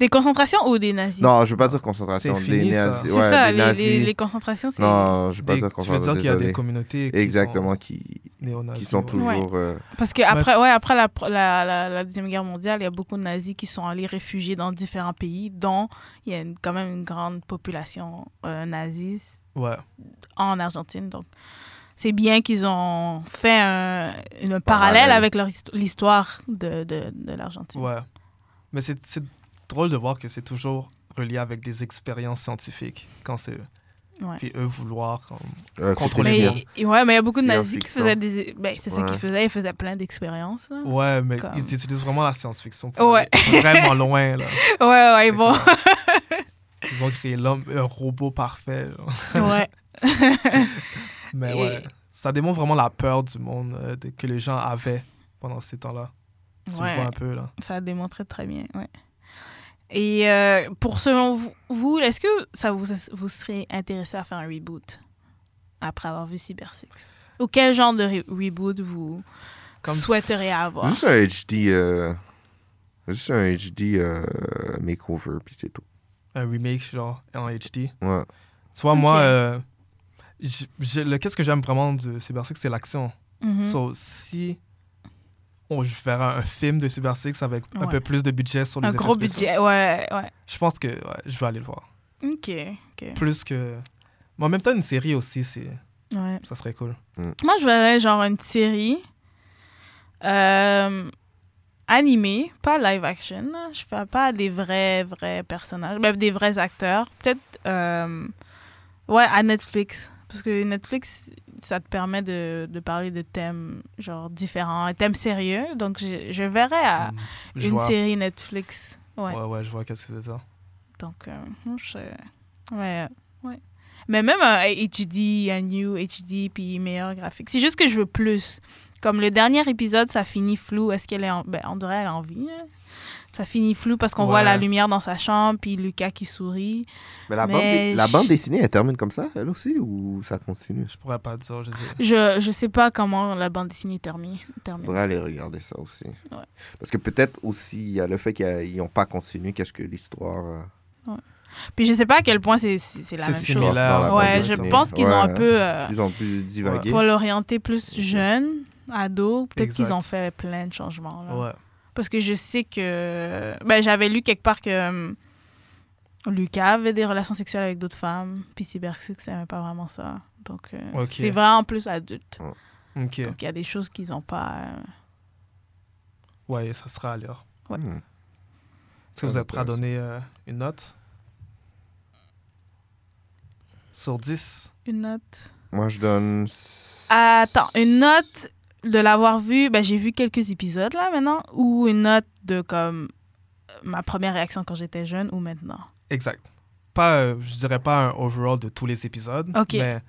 Speaker 3: Des concentrations ou des nazis
Speaker 1: Non, je veux pas dire concentration.
Speaker 2: C'est fini,
Speaker 1: des
Speaker 2: ça.
Speaker 1: nazis.
Speaker 3: C'est
Speaker 1: ouais,
Speaker 3: ça,
Speaker 1: des
Speaker 3: les,
Speaker 1: nazis.
Speaker 3: les, les concentrations, c'est...
Speaker 1: Non, je veux pas
Speaker 2: Des-
Speaker 1: dire
Speaker 2: tu veux dire
Speaker 1: concentration.
Speaker 2: qu'il y a des
Speaker 1: désolé.
Speaker 2: communautés. qui sont
Speaker 1: Exactement, qui,
Speaker 2: néonazis,
Speaker 1: qui sont
Speaker 2: ouais.
Speaker 1: toujours. euh,
Speaker 3: Parce que
Speaker 2: c'est-
Speaker 3: après, ouais, après la, la, la, la Deuxième Guerre mondiale, il y a beaucoup de nazis qui sont allés réfugiés dans différents pays, dont il y a une- quand même une grande population euh, nazie
Speaker 2: Ouais.
Speaker 3: en Argentine. Donc, c'est bien qu'ils ont fait un, une- un parallèle,
Speaker 1: Parallèle.
Speaker 3: avec leur histo- l'histoire de, de, de l'Argentine.
Speaker 2: Ouais. Mais c'est c'est drôle de voir que c'est toujours relié avec des expériences scientifiques quand c'est eux.
Speaker 3: Ouais.
Speaker 2: Puis eux vouloir. comme-
Speaker 1: euh,
Speaker 2: Contrôler
Speaker 3: Mais,
Speaker 2: Pollution.
Speaker 1: critiquer.
Speaker 3: et- ouais, mais il y a beaucoup de nazis qui
Speaker 1: Science-fiction.
Speaker 3: faisaient des... Ben, c'est ça
Speaker 1: Ouais.
Speaker 3: qu'ils faisaient, ils faisaient plein d'expériences. là.
Speaker 2: Ouais, mais
Speaker 3: Comme-
Speaker 2: ils utilisent vraiment la science-fiction pour
Speaker 3: Ouais.
Speaker 2: aller vraiment loin.
Speaker 3: (laughs)
Speaker 2: Là.
Speaker 3: Ouais, ouais, ils
Speaker 2: C'est
Speaker 3: vont... (laughs)
Speaker 2: comme- Ils ont créé l'homme, un robot parfait. là.
Speaker 3: (laughs) Ouais.
Speaker 2: Mais Ben
Speaker 3: Et-
Speaker 2: ouais, ça démontre vraiment la peur du monde euh, de- que les gens avaient pendant ces temps-là. Tu le
Speaker 3: Ouais.
Speaker 2: vois un peu là.
Speaker 3: Ça démontrait très bien, ouais. Et euh, pour selon vous- vous, est-ce que ça vous, vous serait intéressé à faire un reboot après avoir vu Cyber Six Ou quel genre de re- reboot vous
Speaker 2: Comme- Hein?
Speaker 3: souhaiteriez avoir
Speaker 1: Juste un HD. euh, Juste un HD euh, makeover, puis c'est tout.
Speaker 2: Un remake genre en HD.
Speaker 1: Ouais.
Speaker 2: Tu vois, moi,
Speaker 3: Ok.
Speaker 2: euh, j- j'ai- le- qu'est-ce que j'aime vraiment de Cyber Six, c'est l'action.
Speaker 3: Mhm.
Speaker 2: So, si on ferait un film de Cyber Six avec un
Speaker 3: Ouais.
Speaker 2: peu plus de budget sur les
Speaker 3: Un
Speaker 2: effets
Speaker 3: gros
Speaker 2: spéciaux,
Speaker 3: budget, ouais, ouais.
Speaker 2: je pense que ouais, je vais aller le voir.
Speaker 3: Ok, ok.
Speaker 2: Plus que. Mais en même temps, une série aussi, c'est...
Speaker 3: Ouais.
Speaker 2: ça serait cool.
Speaker 3: Moi, je verrais genre une série euh, animée, pas live action. là. Je fais pas des vrais, vrais personnages, même des vrais acteurs. Peut-être, euh, ouais, à Netflix. Parce que Netflix, ça te permet de, de parler de thèmes genre différents, thèmes sérieux. Donc, je, je verrais à
Speaker 2: Mm. Je
Speaker 3: Ah, une
Speaker 2: vois.
Speaker 3: série Netflix. Ouais.
Speaker 2: Ouais, ouais, je vois qu'est-ce que c'est ça.
Speaker 3: Donc, euh, non, je... ouais, euh, ouais. Mais même un HD, un new HD, puis meilleur graphique. C'est juste que je veux plus. Comme le dernier épisode, ça finit flou. Est-ce qu'elle est en... Ben, on dirait qu'elle a envie. Ça finit flou parce qu'on voit
Speaker 2: Ouais.
Speaker 3: la lumière dans sa chambre, puis Lucas qui sourit.
Speaker 1: Mais la,
Speaker 3: Mais
Speaker 1: bande, dé- la
Speaker 3: je-
Speaker 1: bande dessinée, elle termine comme ça, elle aussi, ou ça continue
Speaker 2: Je pourrais pas dire, je sais.
Speaker 3: Je, je sais pas comment la bande dessinée termine. termine.
Speaker 1: faudrait aller regarder ça aussi.
Speaker 3: Ouais.
Speaker 1: Parce que peut-être aussi, il y a le fait qu'ils n'ont pas continué, qu'est-ce que l'histoire. euh,
Speaker 3: Puis je sais pas à quel point c'est c'est- c'est la
Speaker 2: C'est
Speaker 3: même
Speaker 1: dans-
Speaker 2: similaire.
Speaker 3: chose.
Speaker 1: dans la bande
Speaker 3: Ouais, je
Speaker 1: dessinée.
Speaker 3: pense qu'ils ont un
Speaker 1: Ouais. hein.
Speaker 3: peu... euh,
Speaker 1: Ils ont pu divaguer.
Speaker 3: pour l'orienter plus jeune, ado, peut-être qu'ils
Speaker 2: Exact.
Speaker 3: ont fait plein de changements. Là.
Speaker 2: Ouais.
Speaker 3: Parce que je sais que. Ben, j'avais lu quelque part que euh, Lucas avait des relations sexuelles avec d'autres femmes, puis Cybersix, c'est même pas vraiment ça. Donc, euh,
Speaker 2: Ok.
Speaker 3: c'est vraiment plus adulte.
Speaker 2: Ok.
Speaker 3: Donc, il y a des choses qu'ils n'ont pas. euh,
Speaker 2: Ouais, ça sera alors.
Speaker 3: Ouais.
Speaker 1: Hmm.
Speaker 2: Est-ce que vous êtes prêt à donner euh, une note Sur 10
Speaker 3: une note.
Speaker 1: Moi, je donne. s-
Speaker 3: Attends, une note de l'avoir vu. Ben, j'ai vu quelques épisodes là maintenant, ou une note de comme euh, ma première réaction quand j'étais jeune ou maintenant.
Speaker 2: Exact. Pas, euh, je dirais pas un overall de tous les épisodes,
Speaker 3: Ok.
Speaker 2: mais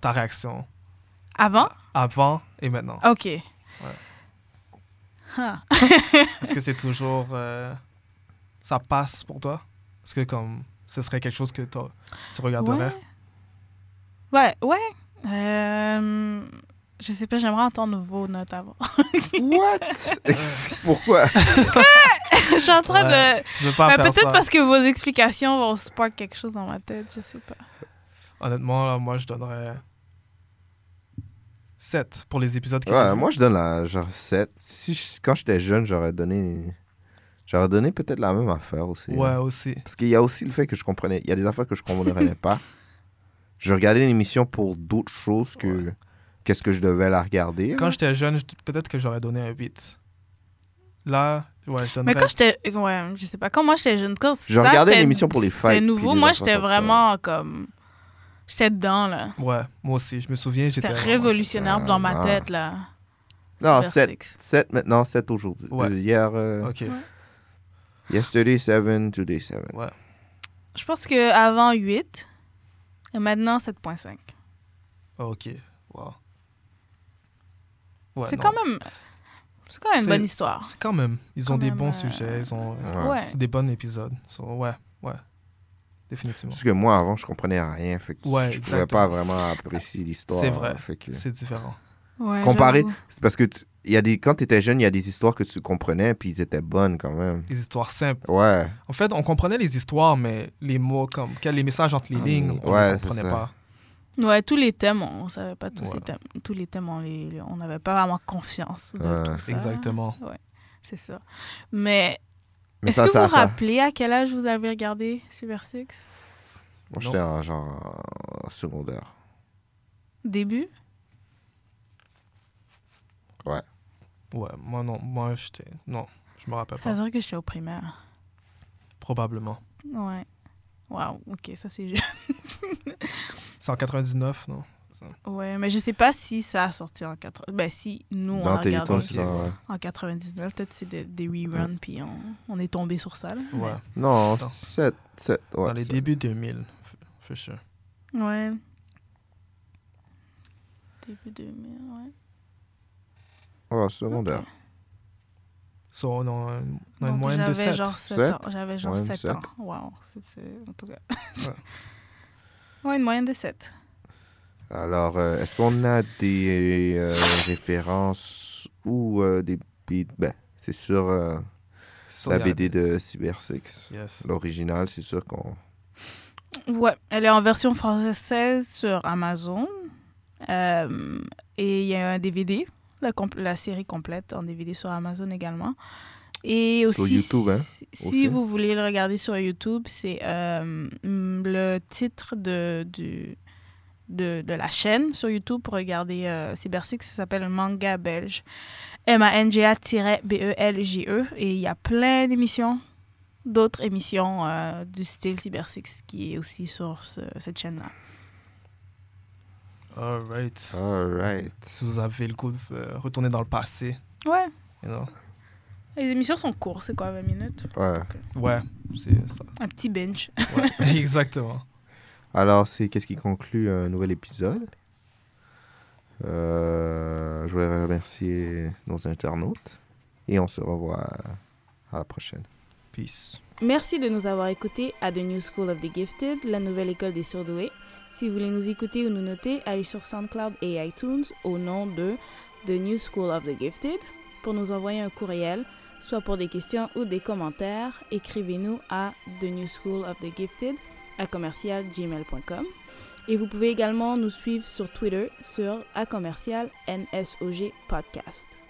Speaker 2: ta réaction
Speaker 3: Avant
Speaker 2: avant et maintenant.
Speaker 3: Ok. Huh.
Speaker 2: Est-ce que c'est toujours. euh, ça passe pour toi Est-ce que comme ce serait quelque chose que toi, tu regarderais
Speaker 3: Ouais, ouais. ouais. Euh, Je sais pas, j'aimerais entendre vos notes avant.
Speaker 1: What? Pourquoi?
Speaker 3: (laughs) je suis en train de.
Speaker 2: Ouais, Tu peux pas
Speaker 1: Ah,
Speaker 3: Ouais,
Speaker 2: faire ça.
Speaker 3: Peut-être parce que vos explications vont spark quelque chose dans ma tête, je sais pas.
Speaker 2: Honnêtement, là, moi, je donnerais 7 pour les épisodes qui
Speaker 1: Ouais, moi, je donne la genre 7. Si je- quand j'étais jeune, j'aurais donné. J'aurais donné peut-être la même affaire aussi. hein.
Speaker 2: Ouais, aussi.
Speaker 1: Parce qu'il y a aussi le fait que je comprenais. Il y a des affaires que je comprenais
Speaker 3: (laughs)
Speaker 1: pas. Je regardais l'émission pour d'autres choses que. Qu'est-ce que je devais la regarder.
Speaker 2: Quand j'étais jeune, je- peut-être que j'aurais donné un 8. Là, ouais, je donnerais...
Speaker 3: Mais quand j'étais. Ouais, je sais pas. Quand moi j'étais jeune, quand
Speaker 1: Je
Speaker 3: ça,
Speaker 1: regardais
Speaker 3: c'était-
Speaker 1: l'émission pour les fights,
Speaker 3: C'était
Speaker 1: puis
Speaker 3: nouveau.
Speaker 1: des
Speaker 3: Moi,
Speaker 1: affaires
Speaker 3: j'étais
Speaker 1: comme ça.
Speaker 3: vraiment comme. J'étais dedans, là.
Speaker 2: Ouais, moi aussi, je me souviens, j'étais...
Speaker 3: C'était
Speaker 2: vraiment-
Speaker 3: révolutionnaire dans ma
Speaker 1: Ah.
Speaker 3: tête, là.
Speaker 1: non,
Speaker 3: vers
Speaker 1: 7.
Speaker 3: sexe.
Speaker 1: 7 maintenant, 7 aujourd'hui.
Speaker 2: Ouais.
Speaker 1: Euh, hier. euh,
Speaker 2: Ok,
Speaker 1: Yesterday 7, today 7.
Speaker 2: ouais.
Speaker 3: Je pense que avant 8 et maintenant 7.5.
Speaker 2: Ok, wow. Ouais,
Speaker 3: c'est
Speaker 2: non.
Speaker 3: quand même. C'est quand même une
Speaker 2: C'est-
Speaker 3: bonne histoire.
Speaker 2: C'est quand même... Ils ont
Speaker 3: Quand
Speaker 2: des
Speaker 3: même,
Speaker 2: bons
Speaker 3: euh,
Speaker 2: sujets, ils ont... euh,
Speaker 1: Ouais.
Speaker 3: Ouais.
Speaker 2: C'est des bons épisodes. So, ouais, ouais. Définitivement.
Speaker 1: Parce que moi, avant, je comprenais rien. Fait que
Speaker 2: Ouais,
Speaker 1: je pouvais
Speaker 2: exactement.
Speaker 1: pas vraiment apprécier l'histoire.
Speaker 2: C'est vrai.
Speaker 1: Fait que-
Speaker 2: C'est différent.
Speaker 3: Ouais,
Speaker 1: Comparé.
Speaker 3: j'avoue.
Speaker 1: C'est parce que tu- il y a des, quand tu étais jeune, il y a des histoires que tu comprenais, puis ils étaient bonnes quand même.
Speaker 2: Les histoires simples.
Speaker 1: Ouais.
Speaker 2: En fait, on comprenait les histoires, mais les mots, comme quel- les messages entre les
Speaker 1: Ah,
Speaker 2: lignes, on
Speaker 1: ouais,
Speaker 2: ne
Speaker 1: c'est
Speaker 2: comprenait
Speaker 1: ça.
Speaker 2: pas.
Speaker 3: Ouais, tous les thèmes, on savait pas tous
Speaker 2: Ouais.
Speaker 3: les thèmes. Tous les thèmes, on les- on n'avait pas vraiment confiance de
Speaker 1: Ouais.
Speaker 3: tout ça.
Speaker 2: Exactement.
Speaker 3: C'est ça. Mais
Speaker 1: Mais
Speaker 3: est-ce
Speaker 1: ça,
Speaker 3: que vous
Speaker 1: ça,
Speaker 3: vous
Speaker 1: ça.
Speaker 3: rappelez à quel âge vous avez regardé Super Six
Speaker 1: Moi, j'étais en genre en secondaire.
Speaker 3: Début
Speaker 2: Ouais, moi non, moi j'étais. Non, je me rappelle
Speaker 3: Ça
Speaker 2: pas.
Speaker 3: veut dire que j'étais au primaire.
Speaker 2: Probablement.
Speaker 3: Ouais. Waouh, ok, ça c'est juste. (laughs)
Speaker 2: C'est en 99, non
Speaker 3: Ouais, mais je sais pas si ça a sorti en 80. Ben si, nous, on
Speaker 1: Dans
Speaker 3: a
Speaker 1: tes
Speaker 3: regardé
Speaker 1: temps,
Speaker 2: aussi.
Speaker 1: c'est ça, ouais.
Speaker 3: en 99. Peut-être c'est de- des reruns, puis on, on est tombé sur ça. là.
Speaker 2: Ouais.
Speaker 1: Non,
Speaker 2: Dans-
Speaker 1: 7, 7. Ouais,
Speaker 2: Dans les
Speaker 1: sept.
Speaker 2: débuts 2000, f- for sure.
Speaker 3: Mais- Ouais. Début 2000, ouais.
Speaker 1: Ouais, secondaire.
Speaker 3: Ok.
Speaker 2: So, on a, un- on a une
Speaker 3: Donc,
Speaker 2: moyenne de
Speaker 3: j'avais
Speaker 2: 7.
Speaker 3: Genre 7,
Speaker 1: Sept?
Speaker 3: ans. J'avais genre
Speaker 1: Moyenne de
Speaker 3: 7,
Speaker 1: sept.
Speaker 3: ans. Wow, c'est- c'est- en tout cas. (laughs) ouais, une moyenne de 7.
Speaker 1: Alors, euh, est-ce qu'on a des euh, références ou euh, des. bi- Ben, c'est sur euh, la BD de Cyber Six.
Speaker 2: Yes.
Speaker 1: L'original, c'est sûr qu'on.
Speaker 3: Ouais, elle est en version française sur Amazon. Euh, et il y a un DVD, la, comp- la série complète en DVD sur Amazon également. Et
Speaker 1: Sur
Speaker 3: aussi,
Speaker 1: YouTube, hein,
Speaker 3: si- Si
Speaker 1: aussi.
Speaker 3: vous voulez le regarder sur YouTube, c'est euh, mm, le titre de, du, de, de la chaîne sur YouTube pour regarder euh, Cyber Six. Ça s'appelle Manga Belge. E M-A-N-G-A-B-E-L-G-E. E. Et il y a plein d'émissions, d'autres émissions euh, du style Cyber Six qui est aussi sur ce- cette chaîne-là.
Speaker 2: Alright.
Speaker 1: Alright.
Speaker 2: Si vous avez le coup de euh, retourner dans le passé,
Speaker 3: Ouais.
Speaker 2: you know.
Speaker 3: Les émissions sont courtes, c'est quoi, 20 minutes
Speaker 1: Ouais.
Speaker 2: Ouais, c'est ça.
Speaker 3: Un petit binge.
Speaker 2: Ouais. (laughs) Exactement.
Speaker 1: Alors, c'est qu'est-ce qui conclut un nouvel épisode Euh, Je voulais remercier nos internautes et on se revoit à la prochaine.
Speaker 2: Peace.
Speaker 4: Merci de nous avoir écoutés à The New School of the Gifted, la nouvelle école des surdoués. Si vous voulez nous écouter ou nous noter, allez sur SoundCloud et iTunes au nom de The New School of the Gifted pour nous envoyer un courriel, soit pour des questions ou des commentaires. Écrivez-nous à The New School of the Gifted à commercialgmail.com. Et vous pouvez également nous suivre sur Twitter sur à commercial NSOG Podcast.